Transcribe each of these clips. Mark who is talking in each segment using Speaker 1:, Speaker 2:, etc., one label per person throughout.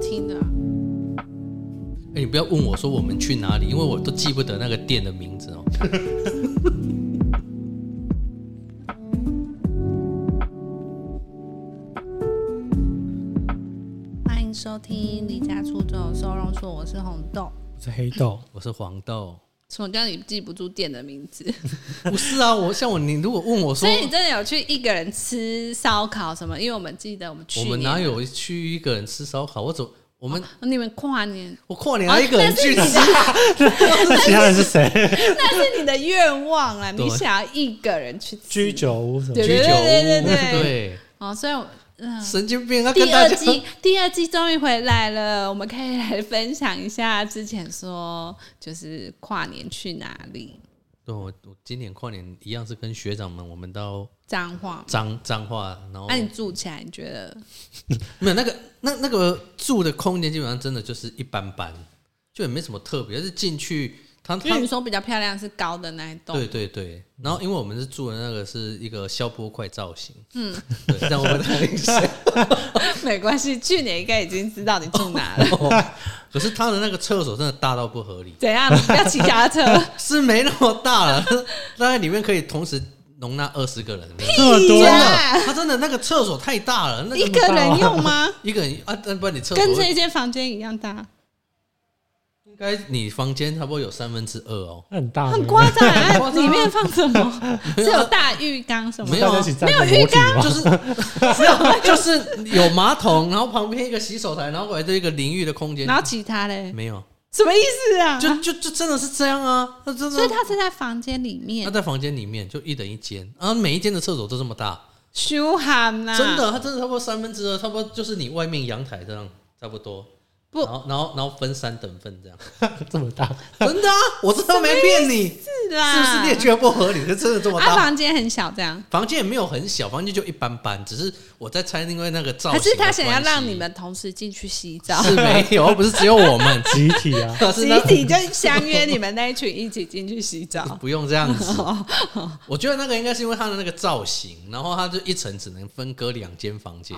Speaker 1: 听的啊、
Speaker 2: 哎你不要问我说我们去哪里，因为我都记不得那个店的名字哦。
Speaker 1: 欢迎收听《离家出走收容所》，我是红豆。
Speaker 3: 我是黑豆，
Speaker 2: 我是黄豆，
Speaker 1: 什么叫你记不住店的名字？
Speaker 2: 不是啊，我像我你如果问我
Speaker 1: 所
Speaker 2: 说
Speaker 1: 以你真的有去一个人吃烧烤什么？因为我们记得我们去
Speaker 2: 我
Speaker 1: 年
Speaker 2: 们哪有去一个人吃烧烤，我怎我们
Speaker 1: 哦你们跨年，哦
Speaker 2: 我跨年还一个人去
Speaker 1: 啊
Speaker 2: 吃，
Speaker 3: 其他人是谁？
Speaker 1: 那是你的愿望啦，
Speaker 2: 对
Speaker 1: 你想要一个人去吃
Speaker 3: 居酒屋什么
Speaker 1: 对？
Speaker 2: 居酒屋
Speaker 1: 对对对
Speaker 2: 对，
Speaker 1: 哦，所以我嗯。
Speaker 2: 神经病，他跟
Speaker 1: 第
Speaker 2: 大
Speaker 1: 二
Speaker 2: 家
Speaker 1: 季，第二季终于回来了，我们可以来分享一下之前说就是跨年去哪里，
Speaker 2: 对，我我今年跨年一样是跟学长们，我们到
Speaker 1: 彰化。
Speaker 2: 彰彰化，然后
Speaker 1: 哎那、你住起来，你觉得
Speaker 2: 没有那个那那个住的空间基本上真的就是一般般，就也没什么特别，就是进去他
Speaker 1: 因为
Speaker 2: 他
Speaker 1: 你说比较漂亮是高的那一栋，
Speaker 2: 对对对，然后因为我们是住的那个是一个消波块造型，嗯，对，但我们等一下，
Speaker 1: 没关系，去年应该已经知道你住哪了。
Speaker 2: 哦可是他的那个厕所真的大到不合理，
Speaker 1: 怎样？你不要骑脚踏 车，
Speaker 2: 是没那么大了，大概里面可以同时容纳二十个人，
Speaker 3: 这么
Speaker 1: 屁
Speaker 2: 真
Speaker 3: 多
Speaker 1: 呀
Speaker 2: 的， 他真的那个厕所太大了，那
Speaker 1: 一
Speaker 2: 个
Speaker 1: 个人用吗？
Speaker 2: 一个人啊，那啊不然你厕所
Speaker 1: 跟这一间房间一样大，
Speaker 2: 应该你房间差不多有三分之二哦，
Speaker 3: 那很大的，
Speaker 1: 很夸张
Speaker 2: 很
Speaker 1: 啊。
Speaker 2: 夸张 啊
Speaker 1: 里面放什么？ 是有大浴缸什么
Speaker 2: 没
Speaker 1: 的？
Speaker 2: 有啊
Speaker 3: 大家一起站
Speaker 1: 没有
Speaker 3: 着
Speaker 1: 浴
Speaker 3: 裸体
Speaker 1: 缸
Speaker 3: 吗？
Speaker 2: 就是没有，就是有马桶，然后旁边一个洗手台，然后过来就一个淋浴的空间
Speaker 1: 然，后其他嘞？
Speaker 2: 没有，
Speaker 1: 什么意思啊？
Speaker 2: 就就就真的是这样啊，他 真
Speaker 1: 所以
Speaker 2: 的。
Speaker 1: 他是在房间里
Speaker 2: 他
Speaker 1: 面
Speaker 2: 在房间里面就一人一间，然后每一间的厕所都这么大，
Speaker 1: 修喊呐，
Speaker 2: 真的，他真的差不多三分之二，差不多就是你外面阳台这样，差不多。
Speaker 1: 不
Speaker 2: 然后然后然后分三等份这样，
Speaker 3: 这么大，
Speaker 2: 真的啊，我真的没骗你，是
Speaker 1: 是
Speaker 2: 不是？
Speaker 1: 啦。
Speaker 2: 你也觉得不合理？这真的这么
Speaker 1: 他
Speaker 2: 大？
Speaker 1: 啊房间很小，这样
Speaker 2: 房间也没有很小，房间就一般般，只是我在猜，因为那个造
Speaker 1: 还
Speaker 2: 型的关
Speaker 1: 是
Speaker 2: 系，
Speaker 1: 他想要让你们同时进去洗澡？
Speaker 2: 是没有，不是只有我们，
Speaker 3: 集体啊，
Speaker 2: 是那。
Speaker 1: 集体就相约你们那一群一起进去洗澡
Speaker 2: 不用这样子。
Speaker 1: 哦
Speaker 2: 我觉得那个应该是因为它的那个造型，然后它就一层只能分割两间房间。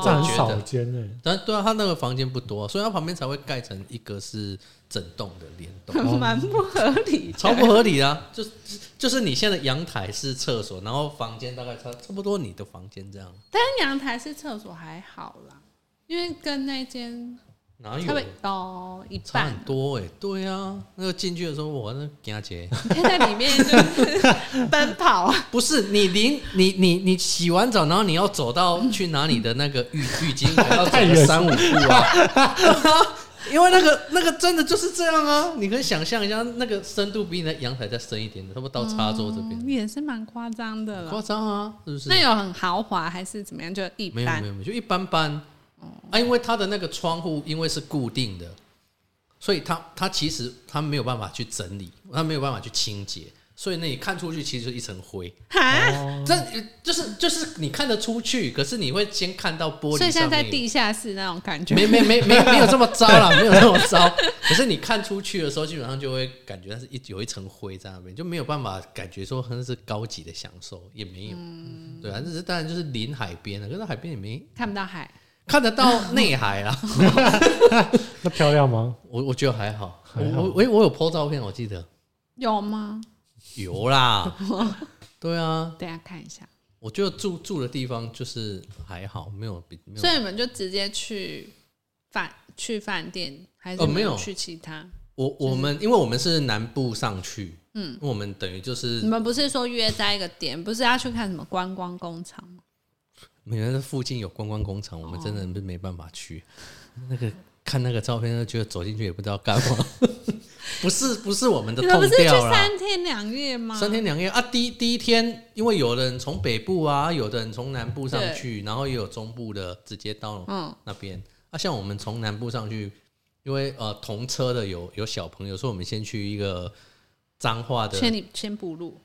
Speaker 1: 哦，
Speaker 3: 这很
Speaker 2: 觉得
Speaker 3: 少见欸呢。
Speaker 2: 但对啊，它那个房间不多，所以它旁边才会盖成一个是整栋的连栋，
Speaker 1: 蛮不合 理的，
Speaker 2: 超不合理啊！就是就是你现在的阳台是厕所，然后房间大概差差不多你的房间这样，
Speaker 1: 但阳台是厕所还好啦，因为跟那间
Speaker 2: 哪
Speaker 1: 差不多
Speaker 2: 有？
Speaker 1: 哦一
Speaker 2: 差
Speaker 1: 半
Speaker 2: 很，多哎、对啊，那个进去的时候我那惊姐，
Speaker 1: 你可以在里面就是 奔跑 啊，
Speaker 2: 不是你淋你你你洗完澡，然后你要走到去拿你的那个浴浴巾，可能要走
Speaker 3: 太
Speaker 2: 个
Speaker 3: 远了
Speaker 2: 三五步啊， 因为那个那个真的就是这样啊，你可以想象一下，那个深度比你的阳台再深一点的，差不多到插座这
Speaker 1: 嗯
Speaker 2: 边，
Speaker 1: 也是蛮夸张的
Speaker 2: 夸
Speaker 1: 了。
Speaker 2: 张啊，是不是？
Speaker 1: 那有很豪华还是怎么样？就一
Speaker 2: 没有
Speaker 1: 般
Speaker 2: 没有没有，就一般般。啊，因为它的那个窗户因为是固定的，所以它它其实它没有办法去整理，它没有办法去清洁，所以那你看出去其实就是一层灰。
Speaker 1: 哈，
Speaker 3: 哦
Speaker 2: 这就是就是你看得出去，可是你会先看到玻璃
Speaker 1: 所以
Speaker 2: 上
Speaker 1: 像在
Speaker 2: 面
Speaker 1: 地下室那种感觉，
Speaker 2: 没没没没没有这么糟啦，没有这么糟。可是你看出去的时候，基本上就会感觉它是一有一层灰在那边，就没有办法感觉说很是高级的享受，也没有。
Speaker 1: 嗯
Speaker 2: 对啊，这是当然就是临海边的，啊可是海边也没
Speaker 1: 看不到海，
Speaker 2: 看得到内海 啊。
Speaker 3: 那漂亮吗？
Speaker 2: 我我觉得还好，我
Speaker 3: 还好
Speaker 2: 我我我有 PO 照片，我记得
Speaker 1: 有吗？
Speaker 2: 有 啦。对啊，
Speaker 1: 等一下看一下。
Speaker 2: 我觉得住住的地方就是还好，没有比没有
Speaker 1: 所以你们就直接去饭去饭店，还是
Speaker 2: 哦
Speaker 1: 你们
Speaker 2: 没有
Speaker 1: 去其他？
Speaker 2: 我我们因为我们是南部上去，嗯，我们等于就
Speaker 1: 你
Speaker 2: 是
Speaker 1: 们不是说约在一个点，不是要去看什么观光工厂吗？
Speaker 2: 每个人的附近有观光工厂，我
Speaker 1: 哦
Speaker 2: 们真的是没办法去。那个看那个照片，就觉得走进去也不知道干嘛， 不是不是我们的
Speaker 1: 你们不
Speaker 2: 痛
Speaker 1: 是去
Speaker 2: 调啦。
Speaker 1: 三天两夜吗？
Speaker 2: 三天两夜啊，第一第一天，因为有的人从北部啊，有的人从南部上去，然后也有中部的直接到
Speaker 1: 嗯，
Speaker 2: 那边。啊，像我们从南部上去，因为呃同车的有有小朋友，所以我们先去一个彰化的
Speaker 1: 先你先补录，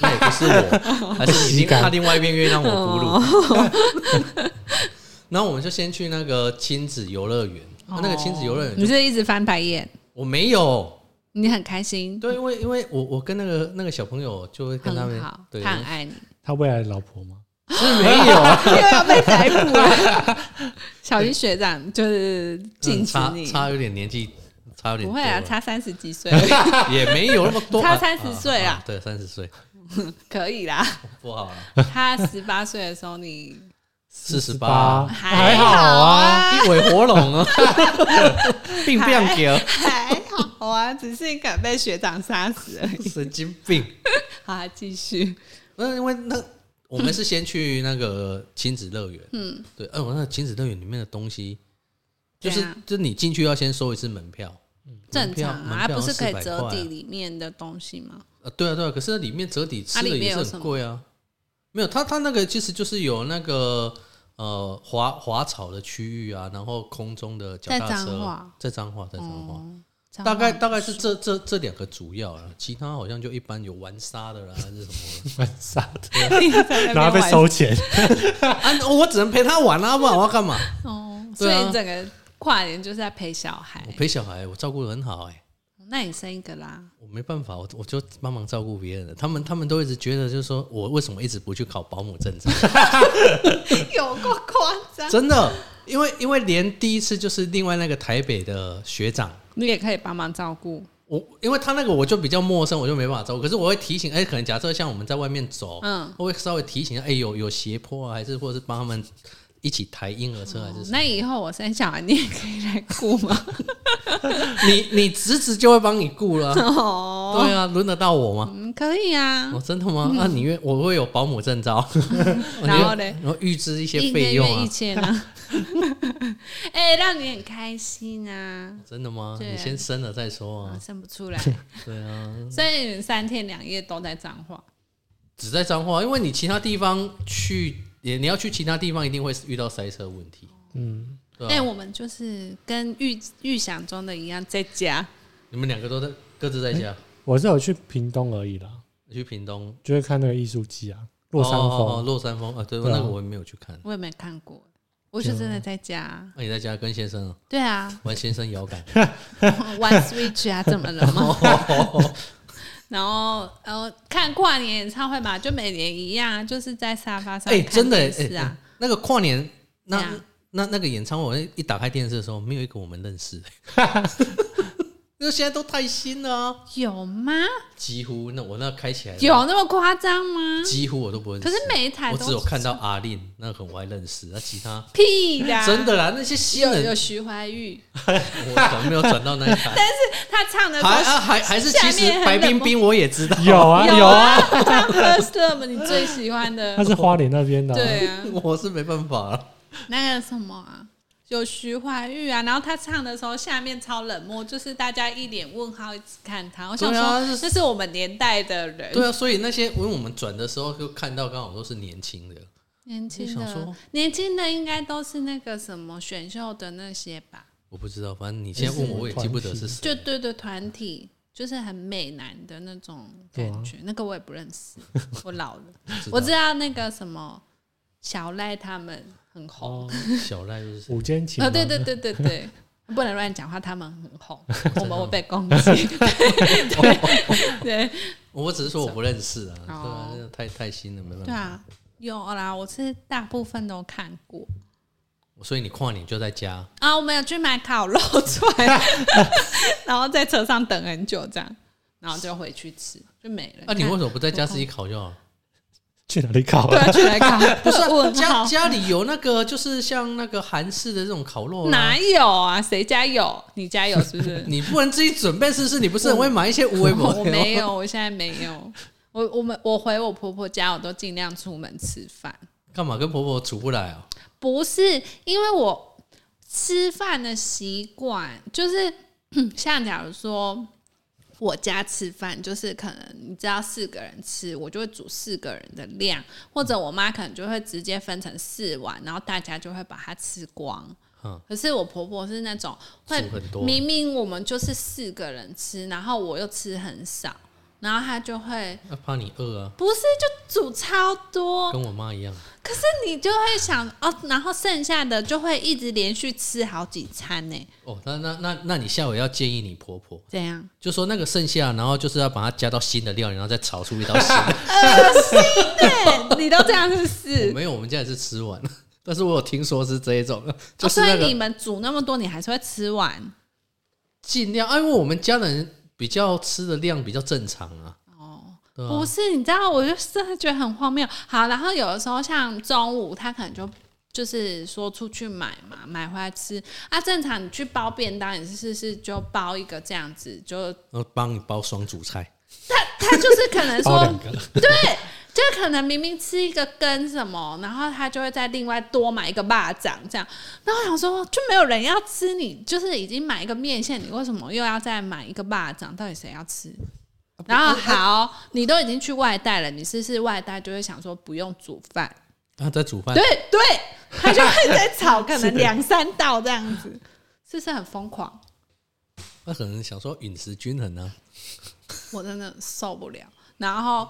Speaker 2: 那也不是 我，还是已经他另外一边愿意让我
Speaker 1: 哦
Speaker 2: 俘虏。然后我们就先去那个亲子游乐园，啊那个亲子游乐园
Speaker 1: 哦你
Speaker 2: 就是
Speaker 1: 一直翻白眼，
Speaker 2: 我没有，
Speaker 1: 你很开心，
Speaker 2: 对，因为因为我我跟那个那个小朋友就会跟他
Speaker 1: 很
Speaker 2: 们
Speaker 1: 好，
Speaker 2: 对
Speaker 1: 他很爱你。
Speaker 3: 他未来的老婆吗？
Speaker 2: 是没有啊，
Speaker 1: 又要被逮捕了。 小一学长就是禁
Speaker 2: 嗯
Speaker 1: 止
Speaker 2: 差
Speaker 1: 你，
Speaker 2: 差有点年纪，差有点
Speaker 1: 不会啊，
Speaker 2: 多
Speaker 1: 差三十几岁
Speaker 2: 了也没有那么 多，
Speaker 1: 差
Speaker 2: 啊
Speaker 1: 30岁啊
Speaker 2: 啊对，三十岁
Speaker 1: 可以啦。
Speaker 2: 不好了，
Speaker 1: 他十八岁的时候 你
Speaker 2: 四十
Speaker 3: 八
Speaker 2: 八，
Speaker 1: 还
Speaker 3: 好啊，
Speaker 2: 一尾活龙 啊， 病变狗，
Speaker 1: 还好啊，只是敢被学长杀死而已。
Speaker 2: 神经病。
Speaker 1: 好啊，继续。
Speaker 2: 那因为那我们是先去那个亲子乐园，嗯，对，哎，我那个亲子乐园里面的东西，就是
Speaker 1: 怎样
Speaker 2: 就是你进去要先收一次门票，
Speaker 1: 正常
Speaker 2: 门票
Speaker 1: 啊，啊
Speaker 2: 门票
Speaker 1: 不是可以
Speaker 2: 400
Speaker 1: 折
Speaker 2: 块啊
Speaker 1: 抵里面的东西吗？
Speaker 2: 呃，对啊，对啊，可是里面折抵吃
Speaker 1: 啊
Speaker 2: 的
Speaker 1: 里面
Speaker 2: 也是
Speaker 1: 有什
Speaker 2: 很
Speaker 1: 么
Speaker 2: 贵啊。没有，它它那个其实就是有那个呃滑滑草的区域啊，然后空中的脚踏
Speaker 1: 在彰
Speaker 2: 车
Speaker 1: 化，
Speaker 2: 在彰化，在彰化，
Speaker 1: 哦，这样
Speaker 2: 大概
Speaker 1: 吗
Speaker 2: 大概是这这这两个主要啊，其他好像就一般有玩沙的啦，还是什 么
Speaker 3: 蛮傻的，
Speaker 1: 在那边
Speaker 3: 然后被
Speaker 1: 玩
Speaker 3: 收钱，
Speaker 2: 的啊？我只能陪他玩啊，不然我要干嘛？
Speaker 1: 哦，所
Speaker 2: 对啊
Speaker 1: 以你整个跨年就是在陪小孩
Speaker 2: 我。陪小孩，我照顾的很好哎、
Speaker 1: 那你生一个啦，
Speaker 2: 我没办法，我我就帮忙照顾别人了。他们他们都一直觉得，就是说我为什么一直不去考保姆证 照？
Speaker 1: 有够夸张。
Speaker 2: 真的，因为因为连第一次就是另外那个台北的学长，
Speaker 1: 你也可以帮忙照顾，
Speaker 2: 我因为他那个我就比较陌生，我就没办法照顾。可是我会提醒，哎、可能假设像我们在外面走，
Speaker 1: 嗯
Speaker 2: 我会稍微提醒，哎、有有斜坡啊，还是或者是帮他们一起抬婴儿车，还是什么
Speaker 1: 那以后我生小孩你也可以来顾吗？
Speaker 2: 你你侄子就会帮你顾了啊、
Speaker 1: 哦，
Speaker 2: 对啊，轮得到我吗？
Speaker 1: 嗯，可以啊
Speaker 2: 哦，，真的吗？那、你愿我会有保姆证 照，
Speaker 1: 然后嘞
Speaker 2: 然后预支一些
Speaker 1: 一
Speaker 2: 费
Speaker 1: 个
Speaker 2: 用
Speaker 1: 月
Speaker 2: 啊
Speaker 1: 一，千啊， 哎、让你很开心啊，
Speaker 2: 真的吗？
Speaker 1: 对
Speaker 2: 你先生了再说
Speaker 1: 啊
Speaker 2: 啊，
Speaker 1: 生不出来，
Speaker 2: 对啊，
Speaker 1: 所以你们三天两夜都在彰化，
Speaker 2: 只在彰化，因为你其他地方去，也你要去其他地方一定会遇到塞车问题，
Speaker 3: 嗯，
Speaker 2: 对啊
Speaker 1: 哎、
Speaker 2: 吧、
Speaker 1: 我们就是跟预预想中的一样，在家
Speaker 2: 你们两个都在各自在家，
Speaker 3: 我是有去屏东而已啦，
Speaker 2: 你去屏东
Speaker 3: 就会看那个艺术季啊，落山
Speaker 2: 哦哦哦
Speaker 3: 风，
Speaker 2: 落山风啊，对，
Speaker 3: 对啊
Speaker 2: 那个我也没有去看。
Speaker 1: 我也没看过，我就真的在家啊，
Speaker 2: 那你在家跟先生啊
Speaker 1: 对啊
Speaker 2: 玩先生哦摇 杆，
Speaker 1: 玩 Switch 啊，怎么了吗？然后呃，看跨年演唱会嘛，就每年一样啊，就是在沙发上
Speaker 2: 哎、
Speaker 1: 看
Speaker 2: 真的哎、
Speaker 1: 电视啊，
Speaker 2: 哎那个跨年那
Speaker 1: 对啊
Speaker 2: 那那个演唱会，我一打开电视的时候，没有一个我们认 识的、 那现在都太新了、啊，
Speaker 1: 有吗？
Speaker 2: 几乎那我那开起来，
Speaker 1: 有那么夸张吗？
Speaker 2: 几乎我都不认
Speaker 1: 嗯
Speaker 2: 识。
Speaker 1: 可是每一台
Speaker 2: 呃我
Speaker 1: 都
Speaker 2: 只有看到阿令，那个我还认识，那其他
Speaker 1: 屁啦，
Speaker 2: 真的啦，那些新
Speaker 1: 啊有有
Speaker 2: 人
Speaker 1: 徐怀钰，
Speaker 2: 我可能没有转到那一台，
Speaker 1: 他唱的
Speaker 2: 还啊还还是其
Speaker 1: 下
Speaker 2: 实
Speaker 1: 面很
Speaker 2: 白
Speaker 1: 冷
Speaker 2: 冰
Speaker 1: 漠
Speaker 2: 冰我也知道，
Speaker 3: 有啊
Speaker 1: 有
Speaker 3: 有啊，，
Speaker 1: 唱 First Love 你最喜欢 的
Speaker 3: 他，是花莲那边的啊，
Speaker 1: 对啊，
Speaker 2: 我是没办法了。
Speaker 1: 那个什么啊，有徐怀钰啊，然后他唱的时候下面超冷漠，就是大家一脸问号一直看他，我想
Speaker 2: 对
Speaker 1: 说、
Speaker 2: 啊
Speaker 1: 这是我们年代的人，
Speaker 2: 对啊，所以那些因为我们转的时候就看到刚好都是年轻的，
Speaker 1: 年轻
Speaker 2: 我想
Speaker 1: 的
Speaker 2: 说
Speaker 1: 年轻的应该都是那个什么选秀的那些吧，
Speaker 2: 我不知道，反正你现在问我，我也记不得哎是谁。
Speaker 1: 就对对团体。就是很美男的那种感觉，那个我也不认识，我老了。我知道那个什么小赖他们很红，
Speaker 3: 哦，
Speaker 2: 小赖就是谁
Speaker 3: 午间情
Speaker 1: 啊、
Speaker 3: 吗，
Speaker 1: 对对对对对，不能乱讲话，他们很红，我们会被攻击。对对
Speaker 2: 我只是说我不认识啊，对啊
Speaker 1: 哦，
Speaker 2: 那个太太新了，没办
Speaker 1: 对
Speaker 2: 法。
Speaker 1: 啊，有啦，我是大部分都看过
Speaker 2: 所以你跨年就在家，
Speaker 1: 啊。我们有去买烤肉串， 然后在车上等很久这样，然后就回去吃，就没了。
Speaker 2: 那啊你为
Speaker 1: 看
Speaker 2: 什么不在家自己烤就好了？
Speaker 3: 去哪里考
Speaker 1: 对
Speaker 3: 啊？
Speaker 1: 啊，去来 烤，不是问
Speaker 2: 家
Speaker 1: 号
Speaker 2: 家里有那个就是像那个韩式的这种烤肉啦？
Speaker 1: 哪有啊？谁家有？你家有是不是
Speaker 2: 你不能自己准备，是不是？你不是很会买一些无为
Speaker 1: 我
Speaker 2: 博？
Speaker 1: 没有，我现在没有。我我们我回我婆婆家，我都尽量出门吃饭。
Speaker 2: 干嘛跟婆婆处不来啊？
Speaker 1: 不是因为我吃饭的习惯，就是 像假如说我家吃饭，就是可能你知道四个人吃，我就会煮四个人的量，或者我妈可能就会直接分成四碗，然后大家就会把它吃光。
Speaker 2: 嗯
Speaker 1: 可是我婆婆是那种会
Speaker 2: 煮很多
Speaker 1: 明明我们就是四个人吃，然后我又吃很少，然后她就会
Speaker 2: 那怕你饿啊？
Speaker 1: 不是，就煮超多，
Speaker 2: 跟我妈一样，
Speaker 1: 可是你就会想哦，然后剩下的就会一直连续吃好几餐呢、
Speaker 2: 哦，那那那那你下午要建议你婆婆，
Speaker 1: 这样？
Speaker 2: 就说那个剩下，然后就是要把它加到新的料理，然后再炒出一道 新的。
Speaker 1: 对，你都这样是不
Speaker 2: 我
Speaker 1: 是？
Speaker 2: 没有，我们家也是吃完了，但是我有听说是这一种，就
Speaker 1: 哦，
Speaker 2: 是
Speaker 1: 所以
Speaker 2: 那
Speaker 1: 你
Speaker 2: 个
Speaker 1: 们煮那么多，你还是会吃完
Speaker 2: 尽量，啊因为我们家人比较吃的量比较正常啊。
Speaker 1: 哦。
Speaker 2: 对啊
Speaker 1: 不是，你知道，我就真的觉得很荒谬。好，然后有的时候像中午，他可能就就是说出去买嘛，买回来吃。啊，正常你去包便当，你是是就包一个这样子，就
Speaker 2: 然后帮你包双主菜，
Speaker 1: 他就是可能
Speaker 3: 包
Speaker 1: 说
Speaker 3: 两个，
Speaker 1: 对，就可能明明吃一个羹什么，然后他就会再另外多买一个蚂蚱这样。然后我想说，就没有人要吃你，就是已经买一个面线，你为什么又要再买一个蚂蚱？到底谁要吃？然后好，你都已经去外带了，你是不是外带就会想说不用煮饭？
Speaker 2: 然后再煮饭
Speaker 1: 对。对，他就会在炒 可能两三道这样子，是不是很疯狂？
Speaker 2: 那可能想说饮食均衡啊，
Speaker 1: 我真的受不了。然后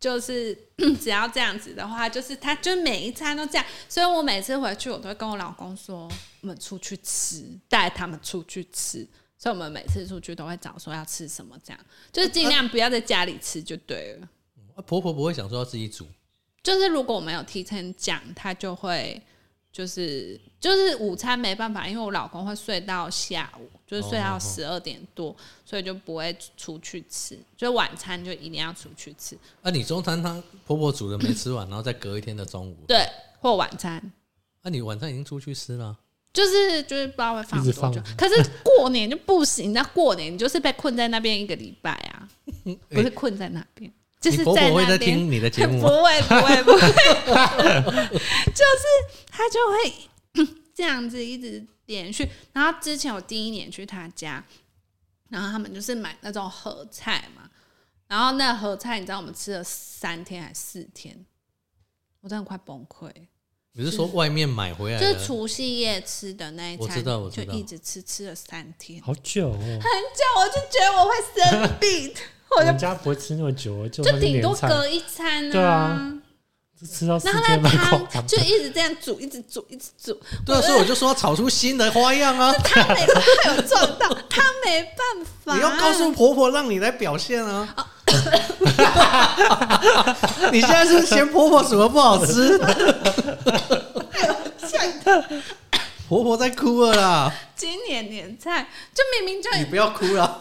Speaker 1: 就是 只要这样子的话，就是他就每一餐都这样，所以我每次回去我都会跟我老公说，我们出去吃，带他们出去吃。所以我们每次出去都会找说要吃什么，这样就是尽量不要在家里吃就对了。
Speaker 2: 啊婆婆不会想说要自己煮，
Speaker 1: 就是如果我们有提前讲，他就会就是就是午餐没办法，因为我老公会睡到下午，就是睡
Speaker 2: 哦哦
Speaker 1: 到
Speaker 2: 哦
Speaker 1: 十二点多，所以就不会出去吃，就晚餐就一定要出去吃，
Speaker 2: 啊，你中餐她婆婆煮的没吃完，然后再隔一天的中午，
Speaker 1: 对，或晚餐。
Speaker 2: 啊，你晚上已经出去吃了啊，
Speaker 1: 就是就是不知道会放
Speaker 3: 一直
Speaker 1: 多久
Speaker 3: 放，
Speaker 1: 可是过年就不行。你知道过年你就是被困在那边一个礼拜啊，不是困在那边，就是
Speaker 2: 你婆婆会
Speaker 1: 那
Speaker 2: 在
Speaker 1: 边
Speaker 2: 听你的节目 啊
Speaker 1: 不
Speaker 2: 吗？
Speaker 1: 会不会不会，就是他就会这样子一直连续。然后之前我第一年去他家，然后他们就是买那种盒菜嘛，然后那盒菜你知道我们吃了三天还是四天，我真的快崩溃。
Speaker 2: 你是说外面买回来
Speaker 1: 就
Speaker 2: 的？
Speaker 1: 是除夕夜吃的那一餐，
Speaker 2: 我知道我知
Speaker 1: 就
Speaker 2: 道
Speaker 1: 一直吃吃了三天，
Speaker 3: 好久哦。
Speaker 1: 很久，我就觉得我会生 病，我
Speaker 3: 我
Speaker 1: 就
Speaker 3: 们家不会吃那么久，就
Speaker 1: 就
Speaker 3: 算是
Speaker 1: 顶多
Speaker 3: 连菜，
Speaker 1: 隔一餐
Speaker 3: 对啊吃到四
Speaker 1: 然后
Speaker 3: 天
Speaker 1: 那
Speaker 3: 蛮夸
Speaker 1: 汤
Speaker 3: 张。
Speaker 1: 就一直这样煮，一直煮，哎一直煮。
Speaker 2: 对啊，所以我就说要炒出新的花样啊！
Speaker 1: 他没办法有做到，他没办法。
Speaker 2: 你要告诉婆婆，让你来表现啊！
Speaker 1: 哦
Speaker 2: 你现在是不是嫌婆婆煮的不好吃？婆婆在哭了啦！
Speaker 1: 今年年菜，就明明就
Speaker 2: 你不要哭 了，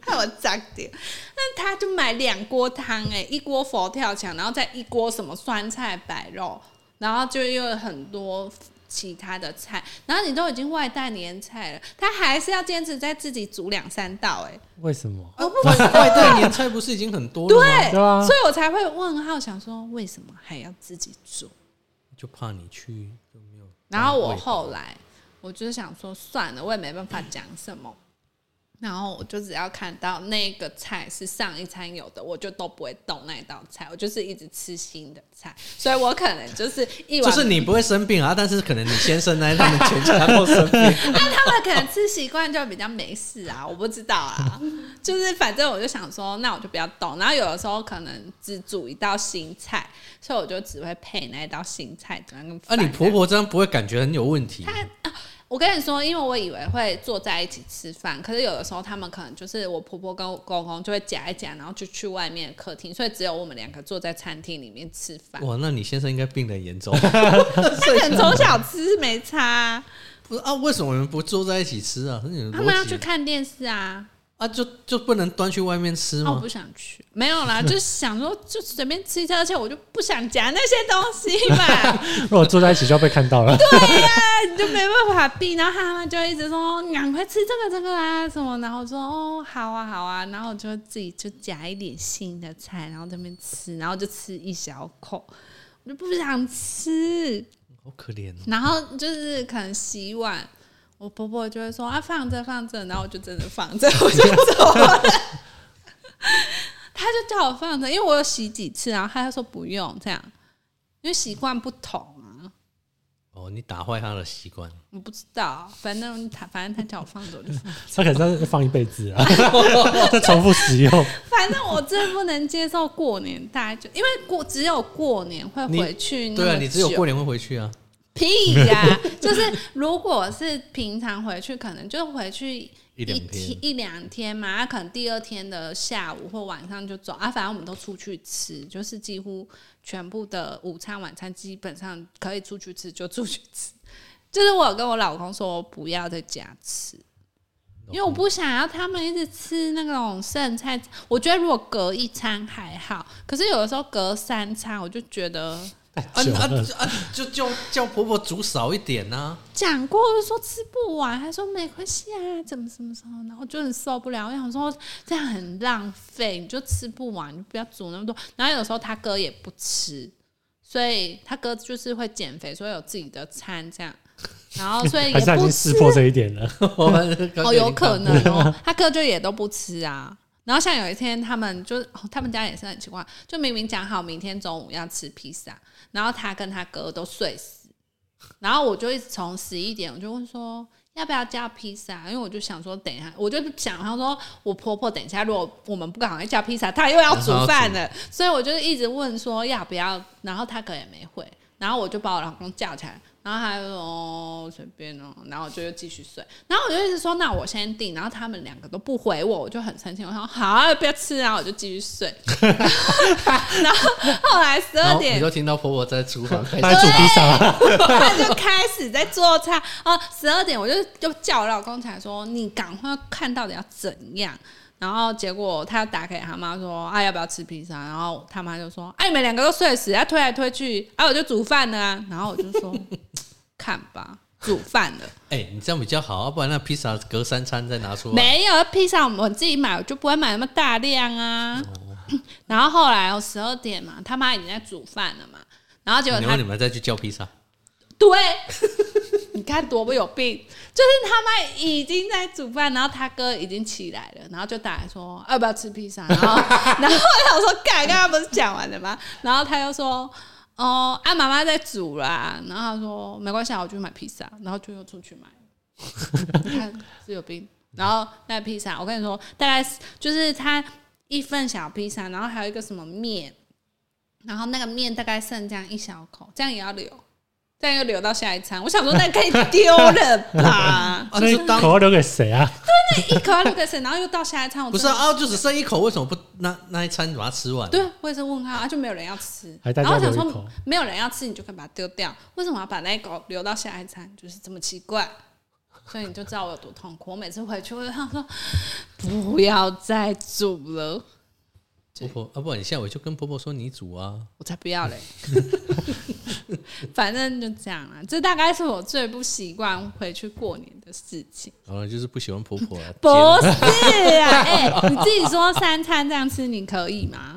Speaker 1: 害我炸点，那他就买两锅汤，哎，一锅佛跳墙，然后再一锅什么酸菜白肉，然后就又有很多其他的菜，然后你都已经外带年菜了，他还是要坚持在自己煮两三道，哎，
Speaker 3: 为什么？
Speaker 1: 我不
Speaker 2: 外外带年菜不是已经很多了吗？
Speaker 1: 对，
Speaker 3: 对啊
Speaker 1: 所以我才会问号，想说为什么还要自己煮？
Speaker 2: 就怕你去就没有。
Speaker 1: 然后
Speaker 2: 哦
Speaker 1: 我后来，我就是想说算了，我也没办法讲什么。然后我就只要看到那个菜是上一餐有的，我就都不会动那道菜，我就是一直吃新的菜，所以我可能就是一
Speaker 2: 就
Speaker 1: 碗，
Speaker 2: 是你不会生病啊，但是可能你先生呢，他们全家都生 病。
Speaker 1: 那啊他们可能吃习惯就比较没事啊，我不知道 啊，就是反正我就想说，那我就不要动。然后有的时候可能只煮一道新菜，所以我就只会配那一道新菜跟那个
Speaker 2: 啊，
Speaker 1: 饭
Speaker 2: 你
Speaker 1: 这
Speaker 2: 婆
Speaker 1: 样
Speaker 2: 婆这样不会感觉很有问题？
Speaker 1: 我跟你说，因为我以为会坐在一起吃饭，可是有的时候他们可能就是我婆婆跟我公公就会夹一夹，然后就去外面的客厅，所以只有我们两个坐在餐厅里面吃饭。
Speaker 2: 哇，那你先生应该病得很严重。
Speaker 1: 他可能从小吃没差啊、
Speaker 2: 不是啊，为什么你们不坐在一起吃啊？很有
Speaker 1: 他们要
Speaker 2: 逻
Speaker 1: 去
Speaker 2: 辑
Speaker 1: 看电视啊，
Speaker 2: 啊，就就不能端去外面吃
Speaker 1: 那我
Speaker 2: 吗？
Speaker 1: 不想去，没有啦，就是想说就随便吃一下，而且我就不想夹那些东西 嘛，
Speaker 3: 如果坐在一起就要被看到了，
Speaker 1: 你就没办法避。然后他们就一直说赶快吃这个这个啊什么，然后我说哦好啊好啊，然后我就自己就夹一点新的菜，然后这边吃，然后就吃一小口，我就不想吃。
Speaker 2: 好可怜哦。
Speaker 1: 然后就是可能洗碗，我婆婆就会说啊放着放着，然后我就真的放着，我就走了。她就叫我放着，因为我有洗几次，然后她就说不用这样，因为习惯不同啊。
Speaker 2: 哦，哦，你打坏他的习惯，
Speaker 1: 我不知道，反正他反正他叫我放走就 放走，
Speaker 3: 他可能要放一辈子啊， 再重复使用。
Speaker 1: 反正我真的不能接受过年大家就因为过只有过年会
Speaker 2: 你
Speaker 1: 回去那
Speaker 2: 对啊，
Speaker 1: 么
Speaker 2: 你只有
Speaker 1: 久
Speaker 2: 过年会回去啊，
Speaker 1: 屁呀、 就是如果是平常回去，可能就回去。
Speaker 2: 一两
Speaker 1: 天
Speaker 2: 天
Speaker 1: 一两天嘛，啊可能第二天的下午或晚上就走啊。反正我们都出去吃，就是几乎全部的午餐、晚餐基本上可以出去吃就出去吃。 就是我有跟我老公说，我不要在家吃，因为我不想要他们一直吃那种剩菜。我觉得如果隔一餐还好，可是有的时候隔三餐，我就觉得
Speaker 2: 啊
Speaker 3: 久
Speaker 2: 啊
Speaker 3: 了
Speaker 2: 啊！就叫叫婆婆煮少一点啊 呐、
Speaker 1: 讲过，我就说吃不完，他说没关系啊，怎么什么什么，然后我就很受不了，我想说这样很浪费，你就吃不完，你就不要煮那么多。然后有时候他哥也不吃，所以他哥就是会减肥，所以有自己的餐这样，然后所以
Speaker 3: 还
Speaker 1: 也
Speaker 3: 是他已
Speaker 1: 不
Speaker 3: 经
Speaker 1: 吃
Speaker 3: 识破这一点了。
Speaker 2: 我们刚
Speaker 1: 哦，
Speaker 2: 刚已经
Speaker 1: 有可
Speaker 2: 看过
Speaker 1: 能哦，他哥就也都不吃啊。然后像有一天，他们就、哦、他们家也是很奇怪，就明明讲好明天中午要吃披萨，然后他跟他哥都睡死。然后我就一直从十一点，我就问说要不要叫披萨，因为我就想说等一下，我就想他说我婆婆等一下，如果我们不赶快叫披萨，她又要煮饭了，所以我就一直问说要不要，然后他哥也没回，然后我就把我老公叫起来，然后他就说哦随便哦，然后我就又继续睡，然后我就一直说那我先订，然后他们两个都不回我，我就很生气，我说好啊不要吃啊，我就继续睡， 然后后来十
Speaker 2: 然
Speaker 1: 二
Speaker 2: 后
Speaker 1: 点
Speaker 2: 你就听到婆婆在厨房开
Speaker 3: 他还
Speaker 2: 始
Speaker 3: 煮披 萨，
Speaker 1: 他就开始在做菜哦，十二点我就就叫我老公起来说：“你赶快看到底要怎样。”然后结果他打给他妈说：“啊，要不要吃披萨？”然后他妈就说：“哎、你们两个都睡死，要、推来推去，啊，我就煮饭了啊。”然后我就说：“ 看吧，煮饭了。”
Speaker 2: 哎、你这样比较好，啊，不然那披萨隔三餐再拿出来。
Speaker 1: 没有披萨，我们自己买，我就不会买那么大量啊。然后后来我哦十二点嘛，他妈已经在煮饭了嘛，然后结果
Speaker 2: 你
Speaker 1: 他
Speaker 2: 问你们再去叫披萨，？
Speaker 1: 对， 你看多么有病！就是他妈已经在煮饭，然后他哥已经起来了，然后就打来说啊要不要吃披萨，然后 然后我想说，干，刚刚不是讲完了吗？然后他又说。哦，啊，妈妈在煮啦。然后他说没关系啊，我去买披萨，然后就又出去买。 你看是有病。然后那披萨，我跟你说，大概是就是他一份小披萨，然后还有一个什么面，然后那个面大概剩这样一小口，这样也要留，这样又留到下一餐。我想说，那可以丢了吧
Speaker 2: 啊，
Speaker 3: 那一
Speaker 2: 就当
Speaker 3: 口要留给谁啊？
Speaker 1: 那一口要留给谁？然后又到下一餐，我
Speaker 2: 不
Speaker 1: 真
Speaker 2: 是
Speaker 1: 的
Speaker 2: 啊，啊就只剩一口，为什么不那那一餐把它吃完？
Speaker 1: 对，我也是问号啊，就没有人要吃。
Speaker 3: 还大
Speaker 1: 然
Speaker 3: 家
Speaker 1: 后我想
Speaker 3: 留
Speaker 1: 说
Speaker 3: 一口，
Speaker 1: 没有人要吃，你就可以把它丢掉。为什么要把那一口留到下一餐？就是这么奇怪。所以你就知道我有多痛苦。我每次回去，我就想说，不要再煮了，
Speaker 2: 婆婆啊，不然你下午就跟婆婆说你煮啊。
Speaker 1: 我才不 要嘞。反正就这样啦，这大概是我最不习惯回去过年的事情。
Speaker 2: 然后就是不喜欢婆 婆啊，
Speaker 1: 不
Speaker 2: 结
Speaker 1: 是 啊，哎、你自己说三餐这样吃，你可以吗？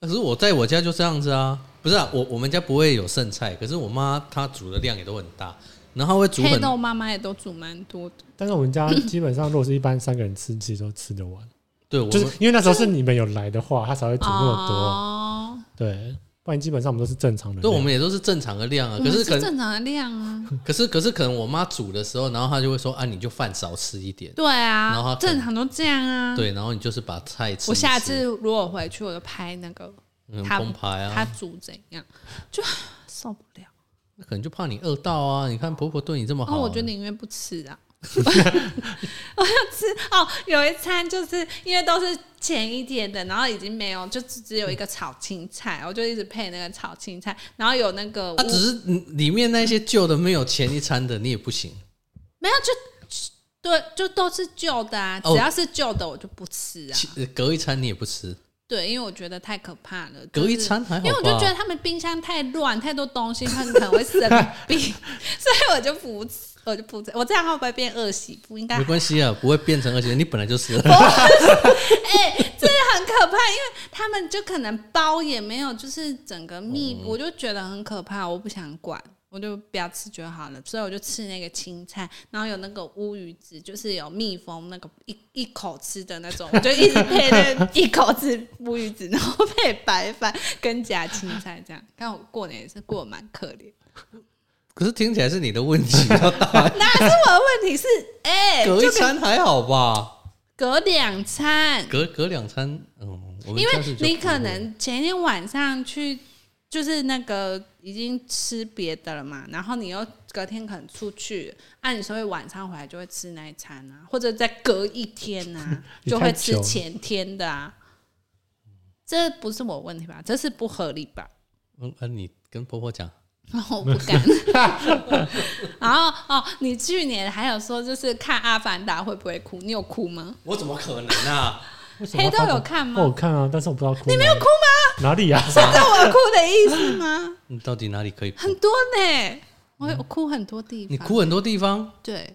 Speaker 2: 可是我在我家就这样子啊，不是啊，我我们家不会有剩菜，可是我妈她煮的量也都很大，然后她会煮
Speaker 1: 黑
Speaker 2: 很
Speaker 1: 豆妈妈也都煮蛮多的，
Speaker 3: 但是我们家基本上如果是一般三个人吃，其实都吃得完。
Speaker 2: 对，我
Speaker 3: 就是
Speaker 2: 们
Speaker 3: 因为那时候是你们有来的话，他才会煮那么多。
Speaker 1: 哦
Speaker 3: 对，不然基本上我们都是正常的
Speaker 2: 对
Speaker 3: 量。
Speaker 2: 我们也都是正常的量啊，
Speaker 1: 我
Speaker 2: 可
Speaker 1: 们
Speaker 2: 是可
Speaker 1: 嗯
Speaker 2: 能
Speaker 1: 正常的量啊，
Speaker 2: 可是可是可能我妈煮的时候，然后她就会说啊，你就饭少吃一点，
Speaker 1: 对
Speaker 2: 然后
Speaker 1: 啊，
Speaker 2: 他可能
Speaker 1: 正常都这样啊。，
Speaker 2: 对，然后你就是把菜吃一吃。
Speaker 1: 我下次如果回去，我就拍那个
Speaker 2: 嗯
Speaker 1: 他
Speaker 2: 澎湃
Speaker 1: 他
Speaker 2: 啊，
Speaker 1: 煮怎样，就受不了。
Speaker 2: 那可能就怕你饿到啊。你看婆婆对你这么好，啊
Speaker 1: 哦，我就宁愿不吃啊。 我想吃哦，有一餐就是因为都是前一天的，然后已经没有，就只只有一个炒青菜，我就一直配那个炒青菜，然后有那个
Speaker 2: 啊，只是里面那些旧的没有前一餐的你也不行。
Speaker 1: 没有就对，就都是旧的啊，
Speaker 2: 哦
Speaker 1: 只要是旧的我就不吃啊。
Speaker 2: 其呃隔一餐你也不吃，
Speaker 1: 对，因为我觉得太可怕了。
Speaker 2: 隔一
Speaker 1: 就是
Speaker 2: 餐还好吧
Speaker 1: 因为我就觉得他们冰箱太乱，太多东西，他们可能会生 病，所以我就不吃，我就不吃。我这样会不会变恶习？不应该
Speaker 2: 没。关系啊，不会变成而且你本来就是。
Speaker 1: 哦哎、这很可怕，因为他们就可能包也没有，就是整个密，
Speaker 2: 哦
Speaker 1: 我就觉得很可怕，我不想管。我就不要吃就好了，所以我就吃那个青菜，然后有那个乌鱼子，就是有蜜蜂那个一一口吃的那种，我就一直配那 个一口吃乌鱼子，然后配白饭跟夹青菜这样。看我过年也是过得蛮可怜，
Speaker 2: 可是听起来是你的问题比较 大，
Speaker 1: 哪是我的问题是，哎、
Speaker 2: 隔一
Speaker 1: 就
Speaker 2: 餐还好吧？
Speaker 1: 隔两餐，
Speaker 2: 隔隔两餐，嗯，我们
Speaker 1: 因
Speaker 2: 家是
Speaker 1: 为
Speaker 2: 就
Speaker 1: 你
Speaker 2: 不
Speaker 1: 可
Speaker 2: 会
Speaker 1: 能前一天晚上去，就是那个已经吃别的了嘛，然后你又隔天可能出去，按理说会晚上回来就会吃那一餐啊，或者再隔一天 啊，
Speaker 3: 你
Speaker 1: 就
Speaker 3: 太
Speaker 1: 会
Speaker 3: 久
Speaker 1: 吃
Speaker 3: 了
Speaker 1: 前天的啊。这不是我问题吧？这是不合理吧？
Speaker 2: 嗯，啊，你跟婆婆讲，
Speaker 1: 然后我不敢。 然后哦，你去年还有说就是看《阿凡达》会不会哭？你有哭吗？
Speaker 2: 我怎么可能啊？
Speaker 3: 为什么
Speaker 1: 黑
Speaker 3: 要
Speaker 1: 豆
Speaker 3: 发
Speaker 1: 有
Speaker 3: 表
Speaker 1: 看吗
Speaker 2: 哦
Speaker 3: 我？有看啊，但是我不知道哭。你没有哭吗？哪 里啊？
Speaker 1: 这是我哭的意思吗？
Speaker 2: 你到底哪里可以哭？
Speaker 1: 很多呢，我我哭很多地方。
Speaker 2: 你哭很多地方，
Speaker 1: 对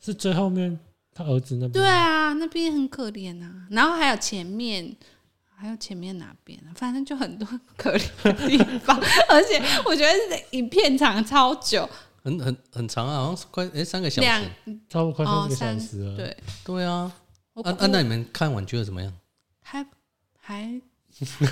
Speaker 3: 是最后面他儿子那边。
Speaker 1: 对啊，那边很可怜啊。然后还有前面，还有前面哪边啊？反正就很多可怜的地 方。而且我觉得影片长超久，
Speaker 2: 很很很长啊，好像是快哎三个小
Speaker 1: 两
Speaker 2: 时。
Speaker 3: 差不多快
Speaker 1: 哦
Speaker 3: 三个小
Speaker 1: 三
Speaker 3: 时了。
Speaker 1: 对，
Speaker 2: 对啊，
Speaker 1: 我
Speaker 2: 啊
Speaker 1: 哭
Speaker 2: 啊，那你们看完觉得怎么 样？
Speaker 1: 还还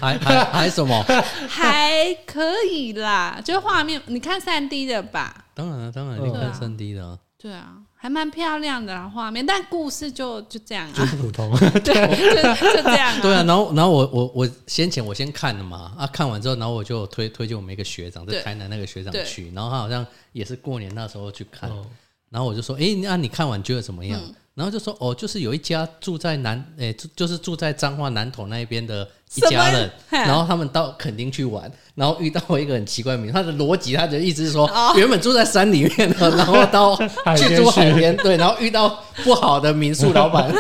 Speaker 2: 还还还什 么？
Speaker 1: 还可以啦，就画面你看三 D 的吧，
Speaker 2: 当然了，啊当然
Speaker 3: 嗯
Speaker 2: 你看三 D 的啊，
Speaker 1: 对啊，还蛮漂亮的啦画面，但故事就就这样
Speaker 3: 就
Speaker 1: 啊，
Speaker 3: 是普 通，
Speaker 1: 对，就就这样啊，
Speaker 2: 对啊，然后然后我我我先前我先看了嘛，啊，看完之后，然后我就有推推荐我们一个学长，在
Speaker 1: 对
Speaker 2: 台南那个学长
Speaker 1: 对
Speaker 2: 去，然后他好像也是过年那时候去看，
Speaker 3: 哦
Speaker 2: 然后我就说，哎、那、你看完觉得怎么样？
Speaker 1: 嗯
Speaker 2: 然后就说，哦，就是有一家住在南，哎、就就是住在彰化南投那一边的一家
Speaker 1: 什
Speaker 2: 人
Speaker 1: 么，嘿
Speaker 2: 然后他们到垦丁去玩，然后遇到一个很奇怪的名，他的逻辑他的意思是说，
Speaker 1: 哦
Speaker 2: 原本住在山里面 的，然后到
Speaker 3: 海边
Speaker 2: 去
Speaker 3: 去
Speaker 2: 住海边，对，然后遇到不好的民宿老 板，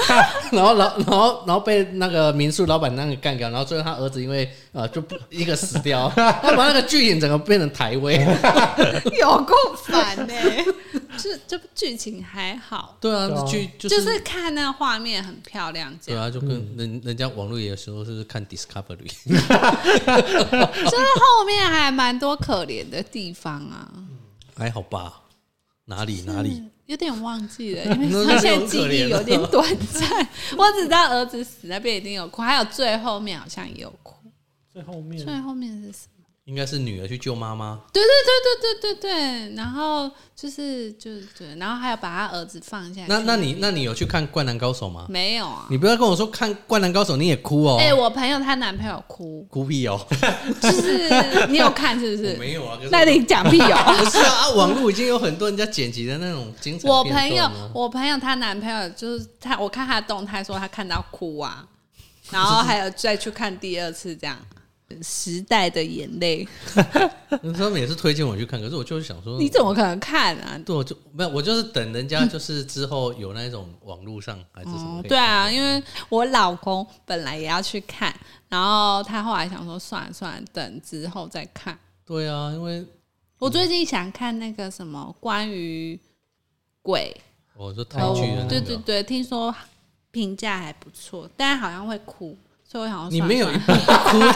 Speaker 2: 然后老然后然后被那个民宿老板那个干掉，然后最后他儿子因为呃就不一个死掉，他把那个剧情整个变成台 威。
Speaker 1: 有够烦呢、这这部剧情还好，
Speaker 2: 对啊
Speaker 3: 对啊，
Speaker 2: 剧
Speaker 1: 就、
Speaker 2: 就是是
Speaker 1: 看那画面很漂亮，这
Speaker 2: 对
Speaker 1: 样、
Speaker 2: 啊，就跟人人家网络也有时候是看 Discovery，
Speaker 1: 就是后面还蛮多可怜的地方啊，
Speaker 2: 还好吧？哪里哪里？
Speaker 1: 嗯有点忘记了，因为
Speaker 2: 那
Speaker 1: 他
Speaker 2: 那
Speaker 1: 现
Speaker 2: 就
Speaker 1: 在
Speaker 2: 很
Speaker 1: 记
Speaker 2: 可怜
Speaker 1: 忆有
Speaker 2: 了
Speaker 1: 点短暂，我只知道儿子死那边一定有哭，还有最后面好像也有哭，
Speaker 3: 最后面
Speaker 1: 最后面是什么？
Speaker 2: 应该是女儿去救妈妈。
Speaker 1: 对对对对对对对，然后就是就是对，然后还有把他儿子放下去。
Speaker 2: 那那你那你有去看《灌篮高手》吗？
Speaker 1: 没有啊？
Speaker 2: 你不要跟我说看《灌篮高手》你也哭哦，
Speaker 1: 哎、我朋友她男朋友哭，
Speaker 2: 哭屁哦！
Speaker 1: 就是你有看是不
Speaker 2: 我
Speaker 1: 是？
Speaker 2: 有啊，可是
Speaker 1: 那你讲屁哦！
Speaker 2: 不是啊啊，网络已经有很多人家剪辑的那种精 彩
Speaker 1: 我
Speaker 2: 片
Speaker 1: 朋友
Speaker 2: 段哦了，
Speaker 1: 我朋友她男朋友就是他，我看他的动态说他看到哭啊，然后还有再去看第二次这样。时代的眼泪，
Speaker 2: 他们也是推荐我去看，可是我就是想说，
Speaker 1: 你怎么可能看啊？
Speaker 2: 对，我就没有，我嗯就是等人家就是之后有那种网络上还是什
Speaker 1: 哦，
Speaker 2: 么可以看的、
Speaker 1: 对啊，因为我老公本来也要去看，然后他后来想说算了算了，等之后再看。
Speaker 2: 对啊，因为
Speaker 1: 我最近想看那个什么关于鬼，
Speaker 2: 我说台剧的那个、
Speaker 3: 哦
Speaker 1: 对对对，听说评价还不错，但好像会哭，所以我想说
Speaker 2: 你
Speaker 1: 算
Speaker 2: 没有
Speaker 1: 算
Speaker 2: 一部哭的，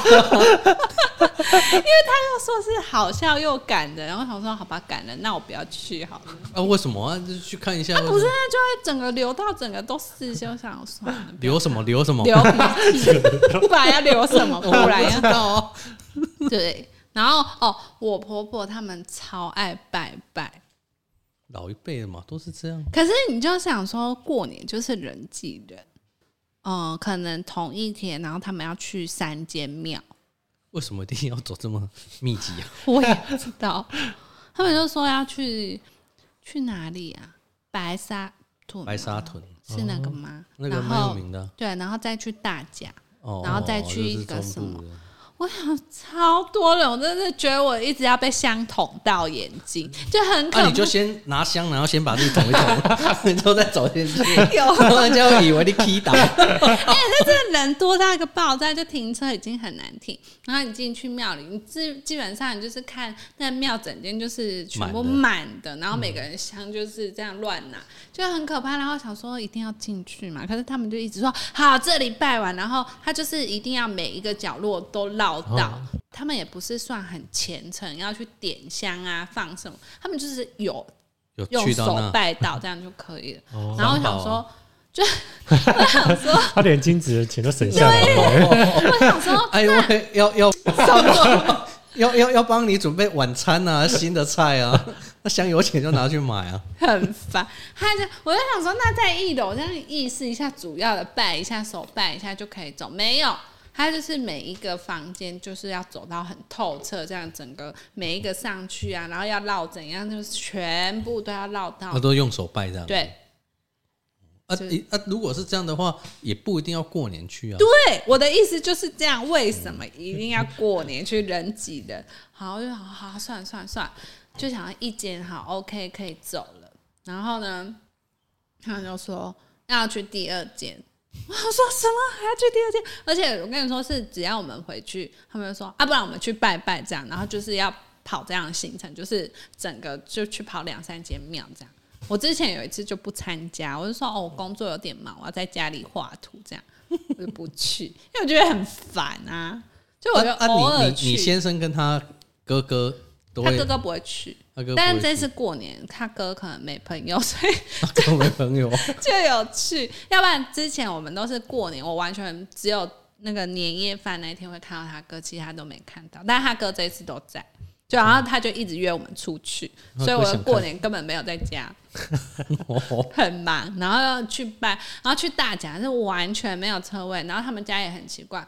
Speaker 1: 又说是好笑又感人，然后想说好吧，感人，那我不要去好了。
Speaker 2: 啊？为什么啊？就是啊去看一下，
Speaker 1: 他不是，那就会整个流到整个都是，就想算了，
Speaker 2: 留什么留什么，
Speaker 1: 流鼻涕，不然要流什 么？不
Speaker 2: 我
Speaker 1: 然
Speaker 2: 不知
Speaker 1: 要
Speaker 2: 道哦。
Speaker 1: 对。然后哦，我婆婆他们超爱拜拜，
Speaker 2: 老一辈的嘛，都是这样。
Speaker 1: 可是你就想说过年就是人挤人，嗯、可能同一天，然后他们要去三间庙，
Speaker 2: 为什么一定要走这么密集啊？
Speaker 1: 我也不知道，他们就说要去去哪里啊？白沙屯吗，啊
Speaker 2: 白沙屯
Speaker 1: 是那个吗？
Speaker 2: 哦那个
Speaker 1: 然
Speaker 2: 蛮有
Speaker 1: 后
Speaker 2: 名的啊
Speaker 1: 对，然后再去大甲，
Speaker 2: 哦，
Speaker 1: 然后再
Speaker 2: 哦
Speaker 1: 去一个
Speaker 2: 就是
Speaker 1: 什
Speaker 2: 中
Speaker 1: 么
Speaker 2: 部的
Speaker 1: 我想超多人，我真的觉得我一直要被香捅到眼睛，就很可
Speaker 2: 那、
Speaker 1: 怕。
Speaker 2: 啊你就先拿香，然后先把自己捅一 捅，之后再走进去，
Speaker 1: 有
Speaker 2: 然后人家会以为你踢 打。
Speaker 1: 哎、那真的人多到一个爆炸，就停车已经很难停。然后你进去庙里，你基基本上你就是看那庙整间就是全部满的，然后每个人香就是这样乱拿，就很可怕。然后想说一定要进去嘛，可是他们就一直说好，这里拜完，然后他就是一定要每一个角落都绕到。
Speaker 2: 哦
Speaker 1: 他们也不是算很虔诚，要去点香啊、放什么，他们就是有
Speaker 2: 有
Speaker 1: 用
Speaker 2: 去到
Speaker 1: 手
Speaker 2: 那，
Speaker 1: 拜到，这样就可以了。
Speaker 3: 哦
Speaker 1: 然后我
Speaker 2: 环保
Speaker 1: 想
Speaker 2: 啊
Speaker 1: 说，
Speaker 3: 他连金子的钱都省下来了。
Speaker 1: 我想说，
Speaker 2: 哎呦喂， 要要要要要帮你准备晚餐啊，新的菜啊，那香油钱就拿去买啊。
Speaker 1: 很烦。他就我就想说，那在一楼这样意识一下主要的拜一下手拜一下就可以走，没有。他就是每一个房间就是要走到很透彻，这样整个每一个上去啊，然后要绕怎样，就是全部都要绕到
Speaker 2: 那。都用手拜这样。
Speaker 1: 对
Speaker 2: 啊，
Speaker 1: 就是
Speaker 2: 诶啊，如果是这样的话，也不一定要过年去啊。
Speaker 1: 对，我的意思就是这样。为什么一定要过年去人挤人？好，我就好好算了算了算了，就想要一间好 OK 可以走了。然后呢，他就说要去第二间。我说啊什么还要去第二间？而且我跟你说是，只要我们回去，他们就说啊，不然我们去拜拜这样，然后就是要跑这样的行程，就是整个就去跑两三间庙这样。我之前有一次就不参加，我就说哦，我工作有点忙，我要在家里画图这样，我就不去，因为我觉得很烦啊。就我就
Speaker 2: 啊啊
Speaker 1: 偶尔
Speaker 2: 你
Speaker 1: 去，
Speaker 2: 你你先生跟他哥哥都
Speaker 1: 他
Speaker 2: 会，
Speaker 1: 哥哥不会去，
Speaker 2: 他哥
Speaker 1: 但是
Speaker 2: 不会
Speaker 1: 这次过年他哥可能没朋友，所以
Speaker 2: 去他没朋友，
Speaker 1: 就有去，要不然之前我们都是过年，我完全只有那个年夜饭那一天会看到他哥，其他都没看到。但是他哥这一次都在，就然后他就一直约我们出去，
Speaker 2: 嗯
Speaker 1: 所以我的过年根本没有在家，很忙，然后要去办，然后去大甲是完全没有车位，然后他们家也很奇怪，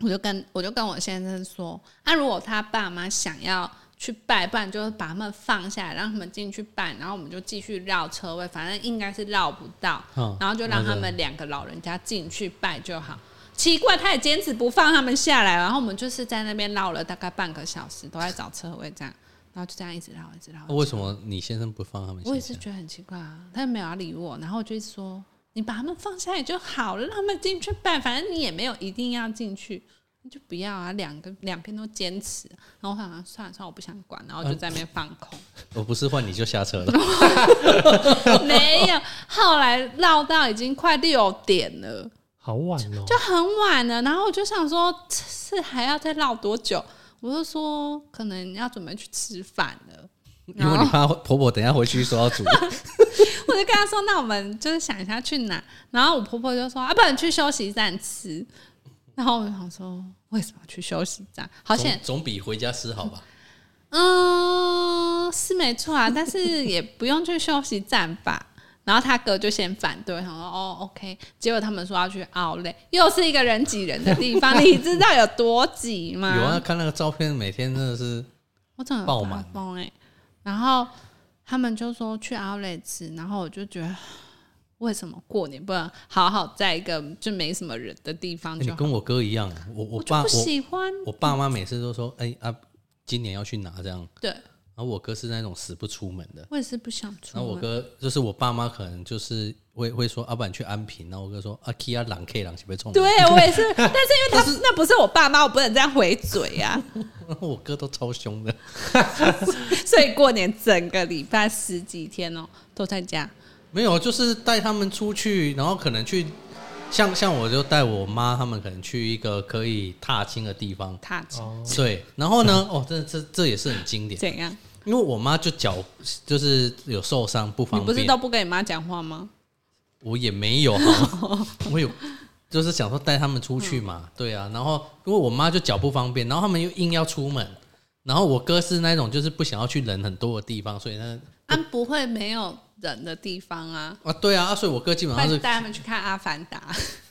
Speaker 1: 我就跟我就跟我先生说，啊，如果他爸妈想要去拜，不然就是把他们放下来，让他们进去拜，然后我们就继续绕车位，反正应该是绕不到，
Speaker 2: 嗯
Speaker 1: 然后就让他们两个老人家进去拜就好。奇怪，他也坚持不放他们下来，然后我们就是在那边绕了大概半个小时，都在找车位这样，然后就这样一直绕，一直绕。一直
Speaker 2: 那
Speaker 1: 绕
Speaker 2: 为什么你先生不放他们？
Speaker 1: 我也是，觉得很奇怪啊，他也没有要理我，然后我就一直说你把他们放下来就好了，让他们进去办，反正你也没有一定要进去，你就不要啊，两个两边都坚持。然后我想说算了算了，我不想管，然后就在那边放空，
Speaker 2: 我不是换你就下车了。
Speaker 1: 没有。后来绕到已经快六点了，
Speaker 3: 好晚哦，
Speaker 1: 就很晚了，然后我就想说这是还要再绕多久？我就说可能要准备去吃饭了。
Speaker 2: 因为你怕婆婆等一下回去说要 煮，
Speaker 1: 我就跟他说：“那我们就是想一下去哪。”然后我婆婆就说：“啊，不然去休息站吃。”然后我就想说：“为什么去休息站？好
Speaker 2: 总
Speaker 1: 险，
Speaker 2: 总比回家吃好 吧？
Speaker 1: 嗯，是没错啊，但是也不用去休息站吧。”然后他哥就先反对，他说：“哦，OK。”结果他们说要去奥莱，又是一个人挤人的地 方，你知道有多挤吗？
Speaker 2: 有啊，看那个照片，每天真的是哎
Speaker 1: 我整个
Speaker 2: 爆
Speaker 1: 发
Speaker 2: 满
Speaker 1: 疯哎、然后他们就说去 Outlet 吃，然后我就觉得啊为什么过年不能好好在一个就没什么人的地方
Speaker 2: 哎你
Speaker 1: 就好？
Speaker 2: 跟我哥一样，我我
Speaker 1: 我
Speaker 2: 爸
Speaker 1: 就不
Speaker 2: 我
Speaker 1: 喜欢，
Speaker 2: 我爸妈每次都说，哎啊，今年要去哪这样，
Speaker 1: 对
Speaker 2: 然后我哥是那种死不出门的。
Speaker 1: 我也是不想出
Speaker 2: 然后我
Speaker 1: 门。
Speaker 2: 哥就是我爸妈，可能就是会会说，啊要、不然去安平。然后我哥说，啊，K 啊，狼 K 狼，是被冲。
Speaker 1: 对，我也是，但是因为他那不是我爸妈，我不能这样回嘴啊呀、
Speaker 2: 我哥都超凶的，
Speaker 1: 所以过年整个礼拜十几天哦都在家，
Speaker 2: 没有，就是带他们出去，然后可能去，像像我就带我妈他们可能去一个可以踏青的地方，
Speaker 1: 踏青、
Speaker 3: 哦
Speaker 2: 对，然后呢，哦，这这这也是很经典，
Speaker 1: 怎样？
Speaker 2: 因为我妈就脚就是有受伤不
Speaker 1: 你
Speaker 2: 方
Speaker 1: 不是
Speaker 2: 便，
Speaker 1: 都不跟你妈讲话吗？
Speaker 2: 我也没有 哈，我有就是想说带他们出去嘛，
Speaker 1: 嗯
Speaker 2: 对啊，然后因为我妈就脚不方便，然后他们又硬要出门，然后我哥是那种就是不想要去人很多的地方，所以呢，
Speaker 1: 啊，不会没有人的地方啊，
Speaker 2: 啊，对啊，啊所以我哥基本
Speaker 1: 快
Speaker 2: 上是
Speaker 1: 带他们去看《阿凡达》。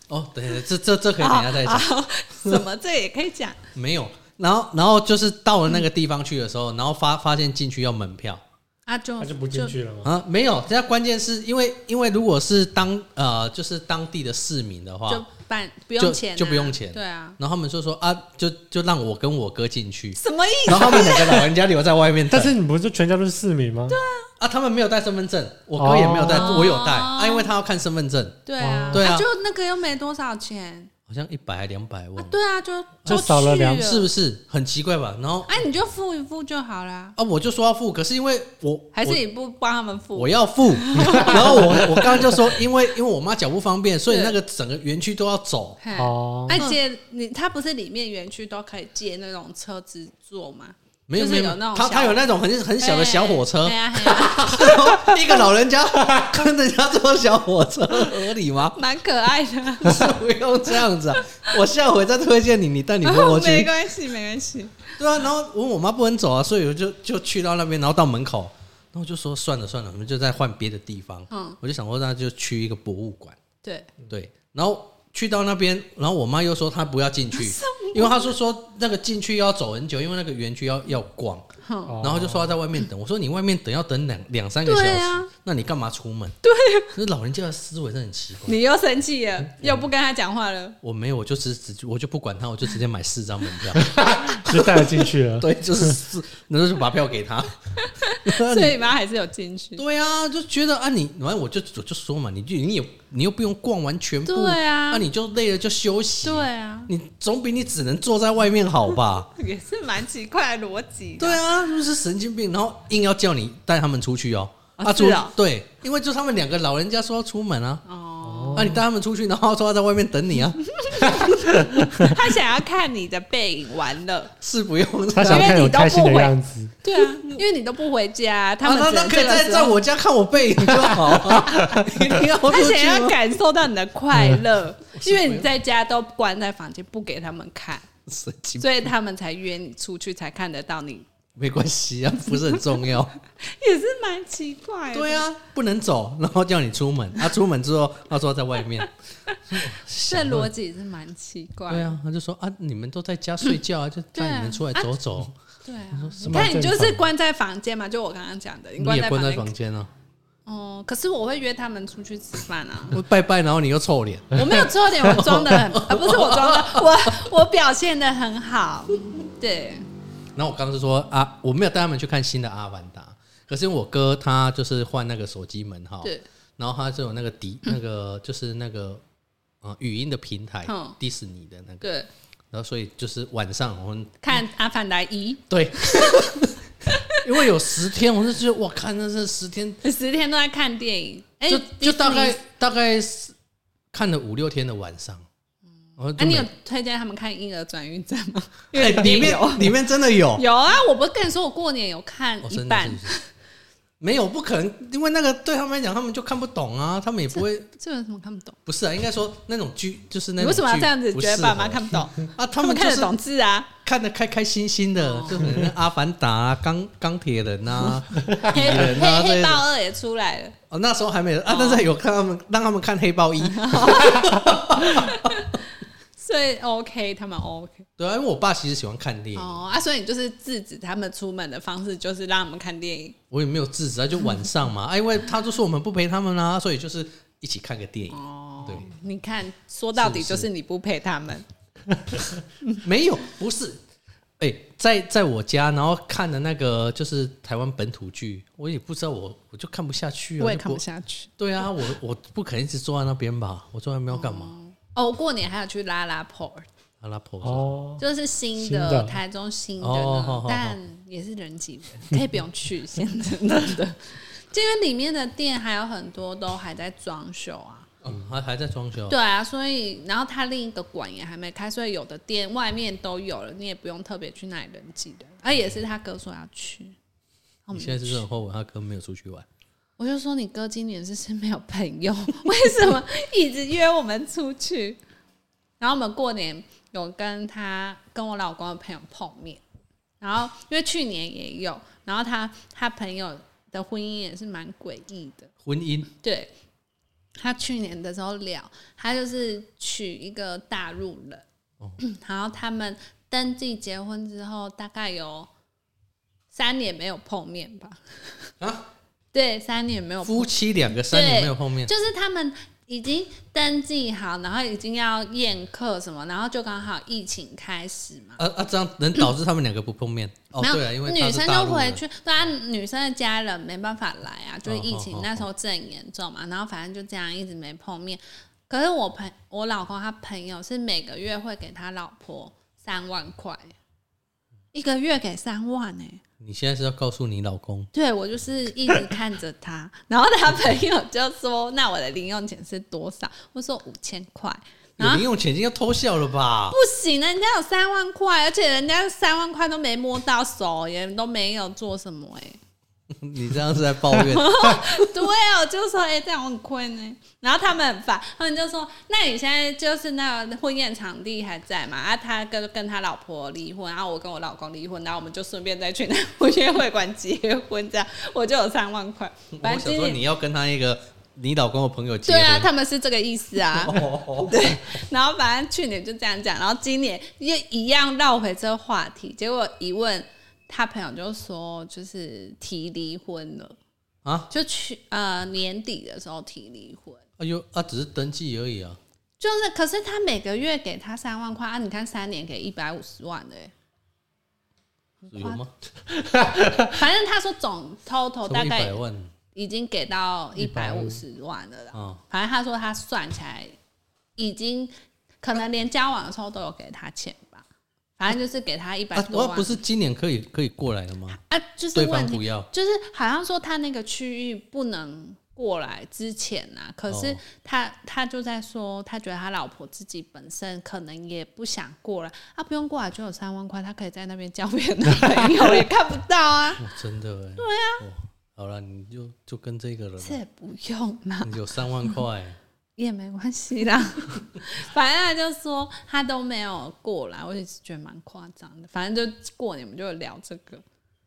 Speaker 2: 哦，对，对这这这可以等一下再讲，
Speaker 1: 好。好什么这也可以讲？
Speaker 2: 没有，然后然后就是到了那个地方去的时候，然后发发现进去要门票。
Speaker 1: 啊，就
Speaker 3: 他就不进去了吗？
Speaker 2: 啊，没有，人家关键是因为因为如果是当呃就是当地的市民的
Speaker 1: 就，
Speaker 2: 话
Speaker 1: 就，办不用钱啊、
Speaker 2: 就不用钱
Speaker 1: 对啊，
Speaker 2: 然后他们就说啊，就就让我跟我哥进去，
Speaker 1: 什么意思？
Speaker 2: 然后他们两个老人家留在外面等，
Speaker 3: 但是你不是全家都是市民吗？对，
Speaker 2: 啊，他们没有带身份证，我哥也没有带，
Speaker 1: 哦
Speaker 2: 我有带啊，因为他要看身份证，
Speaker 1: 对啊，
Speaker 2: 对啊
Speaker 1: 就那个又没多少钱
Speaker 2: 好像一百还两百，
Speaker 1: 啊
Speaker 2: 忘，了，
Speaker 1: 对啊，就
Speaker 3: 就少了两
Speaker 1: 都去
Speaker 2: 是不是很奇怪吧？然后
Speaker 1: 哎、你就付一付就好啦。
Speaker 2: 啊，我就说要付，可是因为我
Speaker 1: 还是
Speaker 2: 我
Speaker 1: 你不帮他们付？
Speaker 2: 我要 付，然后我我刚刚就说，因为因为我妈脚不方便，所以那个整个园区都要走。
Speaker 1: 嘿
Speaker 3: 哦
Speaker 1: 而且你他不是里面园区都可以借那种车子坐吗？
Speaker 2: 没有
Speaker 1: 就是
Speaker 2: 没
Speaker 1: 有那种
Speaker 2: 他
Speaker 1: 小
Speaker 2: 他有那种很很小的小火车
Speaker 1: 对，啊，嘿啊
Speaker 2: 然后 一个老人家跟着人家坐小火车，合理吗？
Speaker 1: 蛮可爱的。
Speaker 2: 不用这样子啊！我下回再推荐你，你带你婆 婆
Speaker 1: 哦没
Speaker 2: 去。
Speaker 1: 关系，没关系。
Speaker 2: 对啊，然后我我妈不能走啊，所以我就就去到那边，然后到门口，那我就说算了算了，我们就再换别的地方。
Speaker 1: 嗯
Speaker 2: 我就想说，那就去一个博物馆。
Speaker 1: 对，
Speaker 2: 对，然后去到那边，然后我妈又说她不要进去，因为她说说那个进去要走很久，因为那个园区要要逛，
Speaker 1: 哼，
Speaker 2: 然后就说要在外面等。我说你外面等要等两两三个小
Speaker 1: 哦对
Speaker 2: 时，
Speaker 1: 啊
Speaker 2: 那你干嘛出门？对、可是老人家的思维真的很奇怪。
Speaker 1: 你又生气了，又不跟他讲话了。
Speaker 2: 我没有，我就直直我就不管他，我就直接买四张门 票。
Speaker 3: 就带了进去了。
Speaker 2: 对，就是四，然后就把票给他。
Speaker 1: 所以你妈还是有进去。
Speaker 2: 对啊，就觉得啊你，反正我就我就说嘛，你就你也你又不用逛完全部，
Speaker 1: 对啊
Speaker 2: 那、你就累了就休息，
Speaker 1: 对啊，
Speaker 2: 你总比你只能坐在外面好吧？
Speaker 1: 也是蛮奇怪的逻辑。
Speaker 2: 对，啊，就是神经病，然后硬要叫你带他们出去哦。
Speaker 1: 啊
Speaker 2: 出
Speaker 1: 是啊
Speaker 2: 对，因为就他们两个老人家说要出门啊，
Speaker 1: 哦，
Speaker 2: 啊，你带他们出去，然后说要在外面等 你啊，
Speaker 1: 他想要看你的背影玩乐。
Speaker 2: 是不用
Speaker 3: 他
Speaker 2: 的
Speaker 3: 想
Speaker 2: 啊。
Speaker 3: 看有开心的样子，
Speaker 1: 对啊，因为你都不回家，他们
Speaker 2: 啊
Speaker 1: 只
Speaker 2: 那
Speaker 1: 能
Speaker 2: 那可以
Speaker 1: 这个
Speaker 2: 在
Speaker 1: 时
Speaker 2: 在
Speaker 1: 候。
Speaker 2: 我家看我背影就好 啊，一定要出
Speaker 1: 他
Speaker 2: 去
Speaker 1: 想要
Speaker 2: 吗？
Speaker 1: 感受到你的快乐，因为你在家都关在房间不给他们看，
Speaker 2: 神经病
Speaker 1: 所以他们才约你出去，才看得到你，
Speaker 2: 没关系啊，不是很重要。
Speaker 1: 也是蛮奇怪的。
Speaker 2: 对，啊，不能走， 然后叫你出门，啊，出门之后他说在外面，
Speaker 1: 这逻辑是蛮奇 怪。
Speaker 2: 对，啊，他就说啊，你们都在家睡觉啊，就带你们出来走走。
Speaker 1: 对啊。
Speaker 2: 什
Speaker 1: 你
Speaker 2: 么？
Speaker 1: 看，你就是关在房间嘛，就我刚刚讲的，你
Speaker 2: 你
Speaker 1: 关
Speaker 2: 也
Speaker 1: 在
Speaker 2: 关
Speaker 1: 房
Speaker 2: 在
Speaker 1: 间。
Speaker 2: 房间啊，
Speaker 1: 哦，可是我会约他们出去吃饭 啊。
Speaker 2: 拜拜，然后你又臭脸。
Speaker 1: 我没有做脸，我装的很，啊，不是我装的，我我表现的很好。对，
Speaker 2: 然后我刚刚是说啊，我没有带他们去看新的《阿凡达》，可是因为我哥他就是换那个手机门号，
Speaker 1: 对，
Speaker 2: 然后他就有那 个迪那个就是那个呃语音的平台
Speaker 1: 嗯，
Speaker 2: 迪士尼的那个，
Speaker 1: 对，
Speaker 2: 然后所以就是晚上我们
Speaker 1: 看《阿凡达一
Speaker 2: 对， 因为有十天，我就觉得哇，看那这十天》，
Speaker 1: 十天都在看电影。哎，
Speaker 2: 就就大概
Speaker 1: 迪士尼
Speaker 2: 大概是看了五六天的晚上，然后
Speaker 1: 啊，
Speaker 2: 就
Speaker 1: 你
Speaker 2: 没
Speaker 1: 有推荐他们看《婴儿转运站》吗？
Speaker 2: 哎里面里面真的有
Speaker 1: 有啊，我不是跟你说，我过年有看
Speaker 2: 哦，
Speaker 1: 一
Speaker 2: 真的
Speaker 1: 半
Speaker 2: 是，不是没有不可能，因为那个对他们来讲，他们就看不懂啊，他们也不会，
Speaker 1: 这有什么看不懂？
Speaker 2: 不是啊，应该说那种剧就是
Speaker 1: 你
Speaker 2: 那种
Speaker 1: 为什么要
Speaker 2: 剧
Speaker 1: 这样子
Speaker 2: 不
Speaker 1: 觉得
Speaker 2: 适
Speaker 1: 爸妈
Speaker 2: 合
Speaker 1: 看不懂？
Speaker 2: 啊？ 他
Speaker 1: 他们
Speaker 2: 们
Speaker 1: 看
Speaker 2: 就
Speaker 1: 得
Speaker 2: 是
Speaker 1: 懂哦字啊，
Speaker 2: 看得开开心心的，就可能《阿凡达》啊、钢钢铁人 啊，
Speaker 1: 黑
Speaker 2: 人啊
Speaker 1: 黑
Speaker 2: 这
Speaker 1: 黑
Speaker 2: 种
Speaker 1: 豹二也出来了，
Speaker 2: 哦，那时候还没有啊，但是有看他们让他们看 黑豹一，
Speaker 1: 所以 OK，他们 OK。
Speaker 2: 对啊，因为我爸其实喜欢看电影，
Speaker 1: 哦啊，所以你就是制止他们出门的方式，就是让他们看电影。
Speaker 2: 我也没有制止啊，就晚上 嘛，啊，因为他就说我们不陪他们啦，所以就是一起看个电影，
Speaker 1: 哦，
Speaker 2: 对，
Speaker 1: 你看，说到底
Speaker 2: 是
Speaker 1: 就
Speaker 2: 不是
Speaker 1: 是你不陪他们，
Speaker 2: 没有，不是。哎、在在我家，然后看的那个就是台湾本土剧，我也不知道我我就看不下去啊，
Speaker 1: 我也
Speaker 2: 就
Speaker 1: 看不下去。
Speaker 2: 对啊，我我不可能一直坐在那边吧？我坐在那边要干嘛？
Speaker 1: 哦，我过年还有去拉拉坡，
Speaker 2: 阿拉婆说
Speaker 3: 哦，
Speaker 1: 就是新
Speaker 3: 新
Speaker 1: 的
Speaker 3: 的
Speaker 1: 台中新的
Speaker 2: 哦好
Speaker 1: 呢
Speaker 2: 好好，
Speaker 1: 但也是人挤人， 可以不用去，现在真的， 就因为里面的店还有很多都还在装修啊。
Speaker 2: 嗯，还还在装修。
Speaker 1: 对啊，所以然后它另一个馆也还没开，所以有的店外面都有了，你也不用特别去那里人挤人。啊，也是他哥说要去，我
Speaker 2: 你
Speaker 1: 们
Speaker 2: 现在是不是很后悔他哥没有出去玩？
Speaker 1: 我就说你哥今年是不是没有朋友？为什么一直约我们出去？ 然后我们过年有跟他跟我老公的朋友碰面，然后因为去年也有，然后他他朋友的婚姻也是蛮诡异的，
Speaker 2: 婚姻
Speaker 1: 对。他去年的时候聊，他就是娶一个大陆人，
Speaker 2: 哦
Speaker 1: 然后他们登记结婚之后，大概有三年没有碰面吧？ 嗯
Speaker 2: 啊，
Speaker 1: 对，三年没有碰
Speaker 2: 夫妻两个三年没有碰面，
Speaker 1: 就是他们已经登记好，然后已经要宴客什么，然后就刚好疫情开始嘛。
Speaker 2: 啊啊，这样能导致他们两个不碰面？哦，
Speaker 1: 没有
Speaker 2: 对啊，因为他
Speaker 1: 女
Speaker 2: 是
Speaker 1: 生
Speaker 2: 大
Speaker 1: 就
Speaker 2: 陆
Speaker 1: 回
Speaker 2: 人，
Speaker 1: 去，对啊，女生的家人没办法来啊，就是疫
Speaker 2: 哦
Speaker 1: 情
Speaker 2: 哦哦
Speaker 1: 那时候正严重嘛，然后反正就这样一直没碰面。可是我朋我老公他朋友是每个月会给他老婆三万块，一个月给三万呢、
Speaker 2: 你现在是要告诉你老公
Speaker 1: 对我就是一直看着他， 然后他朋友就说：“那我的零用钱是多少？”我说：“五千块。”
Speaker 2: 有
Speaker 1: 然后
Speaker 2: 零用钱已经要偷笑了吧
Speaker 1: 啊不？行，人家有三万块，而且人家三万块都没摸到手，也都没有做什么、欸，
Speaker 2: 你这样是在抱怨，
Speaker 1: 对啊，我就说哎、这样我很困呢、然后他们很烦，他们就说：“那你现在就是那个婚宴场地还在嘛？”啊，他跟跟他老婆离婚，然后我跟我老公离婚，然后我们就顺便再去那婚宴会馆结婚，这样我就有三万块。
Speaker 2: 我
Speaker 1: 反
Speaker 2: 想
Speaker 1: 正
Speaker 2: 说
Speaker 1: 今
Speaker 2: 你
Speaker 1: 年
Speaker 2: 要跟他一个你老公的朋友结
Speaker 1: 对
Speaker 2: 婚，
Speaker 1: 啊，他们是这个意思 啊。对，然后反正去年就这样讲，然后今年又一样绕回这个话题，结果一问他朋友就说，就是提离婚了，
Speaker 2: 啊，
Speaker 1: 就去呃年底的时候提离婚。
Speaker 2: 哎呦啊，只是登记而已啊，
Speaker 1: 就是，可是他每个月给他三万块啊，你看三年给一百五十万的欸、
Speaker 2: 有吗？
Speaker 1: 反正他说总 total 哦
Speaker 2: 怎么
Speaker 1: 大
Speaker 2: 一
Speaker 1: 概
Speaker 2: 百万
Speaker 1: 已经给到一百五十万了啦。
Speaker 2: 啊，
Speaker 1: 反正他说他算起来已经可能连交往的时候都有给他钱吧，反正就是给他一百
Speaker 2: 啊，
Speaker 1: 多
Speaker 2: 我
Speaker 1: 万。
Speaker 2: 不是今年可以可以过来了吗？
Speaker 1: 啊，就是
Speaker 2: 对方
Speaker 1: 问题
Speaker 2: 不要，
Speaker 1: 就是好像说他那个区域不能过来之前啊，可是
Speaker 2: 哦
Speaker 1: 他、他就在说，他觉得他老婆自己本身可能也不想过来，他不用过来就有三万块，他可以在那边交别的朋友， 也看不到啊，
Speaker 2: 哇真的哎，对啊，好了，你就就跟这个人吧，
Speaker 1: 这也不用啊啦，
Speaker 2: 你有三万块，
Speaker 1: 也没关系啦。 反正他就说他都没有过来，我也是觉得蛮夸张的。反正就过年我们就有聊这个，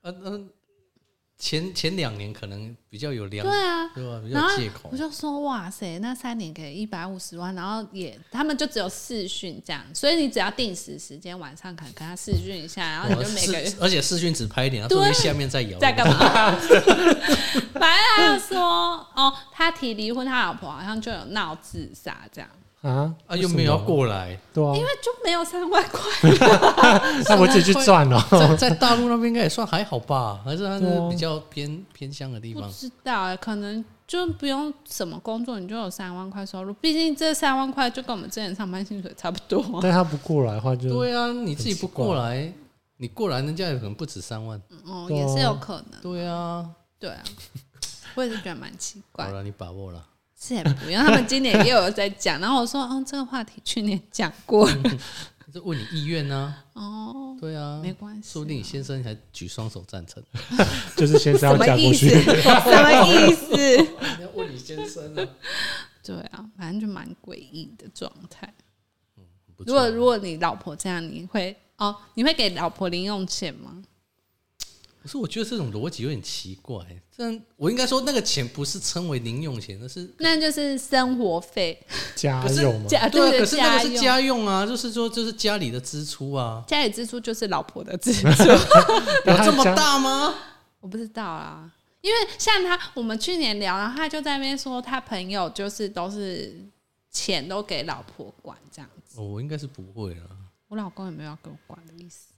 Speaker 2: 啊嗯，前前两年可能比较有良
Speaker 1: 对啊，
Speaker 2: 对吧？比
Speaker 1: 然
Speaker 2: 较
Speaker 1: 后
Speaker 2: 借口
Speaker 1: 我，就说哇塞，那三年给一百五十万，然后也他们就只有视讯这样，所以你只要定时时间晚上可能跟他视讯一下，然后你就 每个月
Speaker 2: 是而且视讯只拍一点，他
Speaker 1: 对
Speaker 2: 说不定下面在摇，
Speaker 1: 在干嘛？ 反正他就说哦，他提离婚，他老婆好像就有闹自杀这样，
Speaker 3: 啊
Speaker 2: 啊，又没有要，过来，
Speaker 3: 对啊，
Speaker 1: 因为就没有三万块，
Speaker 3: 那我自己去赚了。
Speaker 2: 在在大陆那边应该也算还好吧，还是他是
Speaker 3: 对啊
Speaker 2: 比较偏偏乡的地
Speaker 1: 不
Speaker 2: 方，
Speaker 1: 知道哎、可能。就不用什么工作，你就有三万块收入。毕竟这三万块就跟我们之前上班薪水差不多、啊。
Speaker 3: 但他不过来的话，就
Speaker 2: 对啊，你自己不过来，你过来人家有可能不止三万，
Speaker 1: 哦，
Speaker 3: 对啊
Speaker 1: 也是有可能。
Speaker 2: 对啊，
Speaker 1: 对啊，我也是觉得蛮奇怪
Speaker 2: 好。了，你把握了，
Speaker 1: 是也不用，他们今年也有在讲，然后我说，嗯，这个话题去年讲过
Speaker 2: 嗯
Speaker 1: 了，
Speaker 2: 这问你意愿呢？
Speaker 1: 哦，
Speaker 2: 对啊，
Speaker 1: 没关系，
Speaker 2: 说不定你先生还举双手赞成，
Speaker 3: 就是先生要
Speaker 1: 什么
Speaker 3: 嫁
Speaker 1: 意
Speaker 3: 过
Speaker 1: 思？
Speaker 3: 去，
Speaker 1: 什么意思？
Speaker 2: 你要问你先生啊，
Speaker 1: 对啊，反正就蛮诡异的状态。
Speaker 2: 不
Speaker 1: 如果
Speaker 2: 错，
Speaker 1: 如果你老婆这样，你会哦，你会给老婆零用钱吗？
Speaker 2: 可是我觉得这种逻辑有点奇怪，这样我应该说那个钱不是称为零用钱，那是
Speaker 1: 那就是生活费，
Speaker 3: 家
Speaker 2: 可是
Speaker 3: 用嘛，
Speaker 1: 家
Speaker 2: 对啊，
Speaker 1: 就
Speaker 2: 可是那个是
Speaker 1: 用
Speaker 2: 家用啊，就是说就是家里的支出啊，
Speaker 1: 家里支出就是老婆的支出，
Speaker 2: 有
Speaker 1: 啊
Speaker 3: 但他
Speaker 2: 这么
Speaker 3: 家
Speaker 2: 大吗？
Speaker 1: 我不知道啊，因为像他，我们去年聊，然后他就在那边说，他朋友就是都是钱都给老婆管这样子，
Speaker 2: 哦我应该是不会啊啦，
Speaker 1: 我老公也没有要给我管的意思。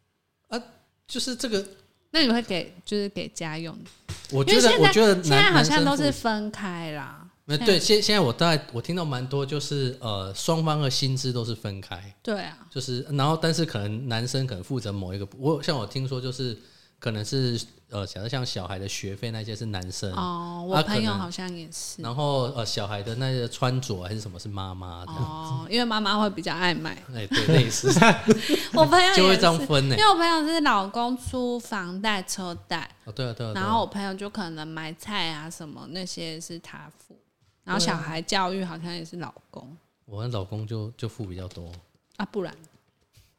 Speaker 2: 就是这个，
Speaker 1: 那你会给就是给家用的，
Speaker 2: 我
Speaker 1: 因
Speaker 2: 觉
Speaker 1: 为
Speaker 2: 得
Speaker 1: 现
Speaker 2: 我
Speaker 1: 在
Speaker 2: 觉得
Speaker 1: 现在
Speaker 2: 男
Speaker 1: 好像
Speaker 2: 男
Speaker 1: 都
Speaker 2: 生
Speaker 1: 是
Speaker 2: 父
Speaker 1: 分开啦，
Speaker 2: 呃对，现现在我大概我听到蛮多，就是呃双方的薪资都是分开，
Speaker 1: 对啊，
Speaker 2: 就是然后但是可能男生可能负责某一个，我像我听说就是可能是呃假设像小孩的学费那些是男生，
Speaker 1: 哦，
Speaker 2: 啊
Speaker 1: 我
Speaker 2: 可
Speaker 1: 朋友
Speaker 2: 能
Speaker 1: 好像也是，
Speaker 2: 然后呃小孩的那些穿着啊还是什么是妈妈这样，
Speaker 1: 哦，因为妈妈会比较爱买，
Speaker 2: 哎、对类似
Speaker 1: 我朋友
Speaker 2: 就会
Speaker 1: 也
Speaker 2: 这样
Speaker 1: 是。
Speaker 2: 分呢、
Speaker 1: 因为我朋友是老公出房贷、车贷，
Speaker 2: 哦对啊对啊，对啊
Speaker 1: 然后我朋友就可能买菜啊什么那些是他付，然
Speaker 2: 啊
Speaker 1: 后小孩教育好像也是老公
Speaker 2: 我跟老公就就付比较多。
Speaker 1: 啊，不然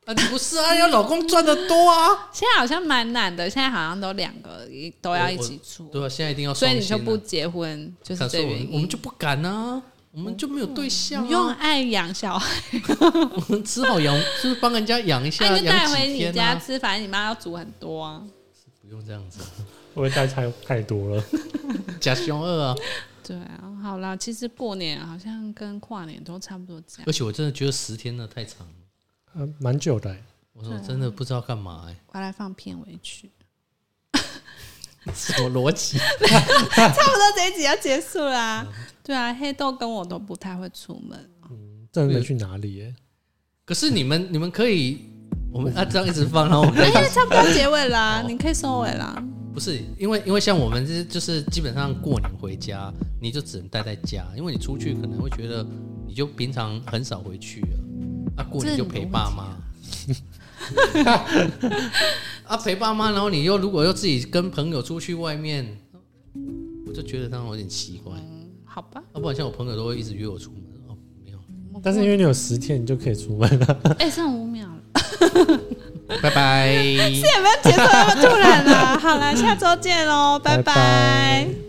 Speaker 2: 啊，你不是啊，要老公赚的多啊。
Speaker 1: 现在好像蛮难的，现在好像都两个一都要一起出，
Speaker 2: 对啊，现在一定要
Speaker 1: 所
Speaker 2: 双
Speaker 1: 以
Speaker 2: 薪啊、
Speaker 1: 你就不结婚就是
Speaker 2: 敢
Speaker 1: 这
Speaker 2: 说我
Speaker 1: 原
Speaker 2: 们
Speaker 1: 因。
Speaker 2: 我们就不敢啊，我们就没有对象、
Speaker 1: 不
Speaker 2: 啊，
Speaker 1: 用爱养小孩，
Speaker 2: 我们只好养， 就是帮人家养一
Speaker 1: 那、
Speaker 2: 下，
Speaker 1: 哎你就带
Speaker 2: 养
Speaker 1: 回
Speaker 2: 几
Speaker 1: 你
Speaker 2: 天
Speaker 1: 家
Speaker 2: 啊，
Speaker 1: 吃，反正你妈要煮很多啊。
Speaker 2: 不用这样子，
Speaker 3: 我会带太太多了。
Speaker 2: 假凶恶啊。
Speaker 1: 对啊，好啦，其实过年好像跟跨年都差不多这样
Speaker 2: 而。且我真的觉得十天呢太长了，
Speaker 3: 嗯，蛮久的欸、
Speaker 2: 我说我真的不知道干嘛哎、
Speaker 1: 我要来放片尾曲，
Speaker 2: 什么逻辑？
Speaker 1: 差不多这一集要结束啦。
Speaker 2: 嗯
Speaker 1: 对啊，黑豆跟我都不太会出门，
Speaker 3: 真的没去哪里、欸？
Speaker 2: 可是你们你们可以，我们啊这样一直放，然后我们再
Speaker 1: 因为差不多结尾啦，你可以收尾啦。
Speaker 2: 不是因为因为像我们这就是基本上过年回家，你就只能待在家，因为你出去可能会觉得你就平常很少回去了，啊过年就陪爸妈。 啊，陪爸妈，然后你又如果又自己跟朋友出去外面，我就觉得让我有点奇怪。
Speaker 1: 嗯，好吧。
Speaker 2: 要、不然像我朋友都会一直约我出门，哦，没有，
Speaker 1: 嗯
Speaker 3: 但是因为你有十天，你就可以出门了。
Speaker 1: 哎、剩五秒了，
Speaker 2: 拜拜。
Speaker 1: 有没有节奏那么突然啊？好了，下周见喽，拜
Speaker 3: 拜
Speaker 1: 拜
Speaker 3: 拜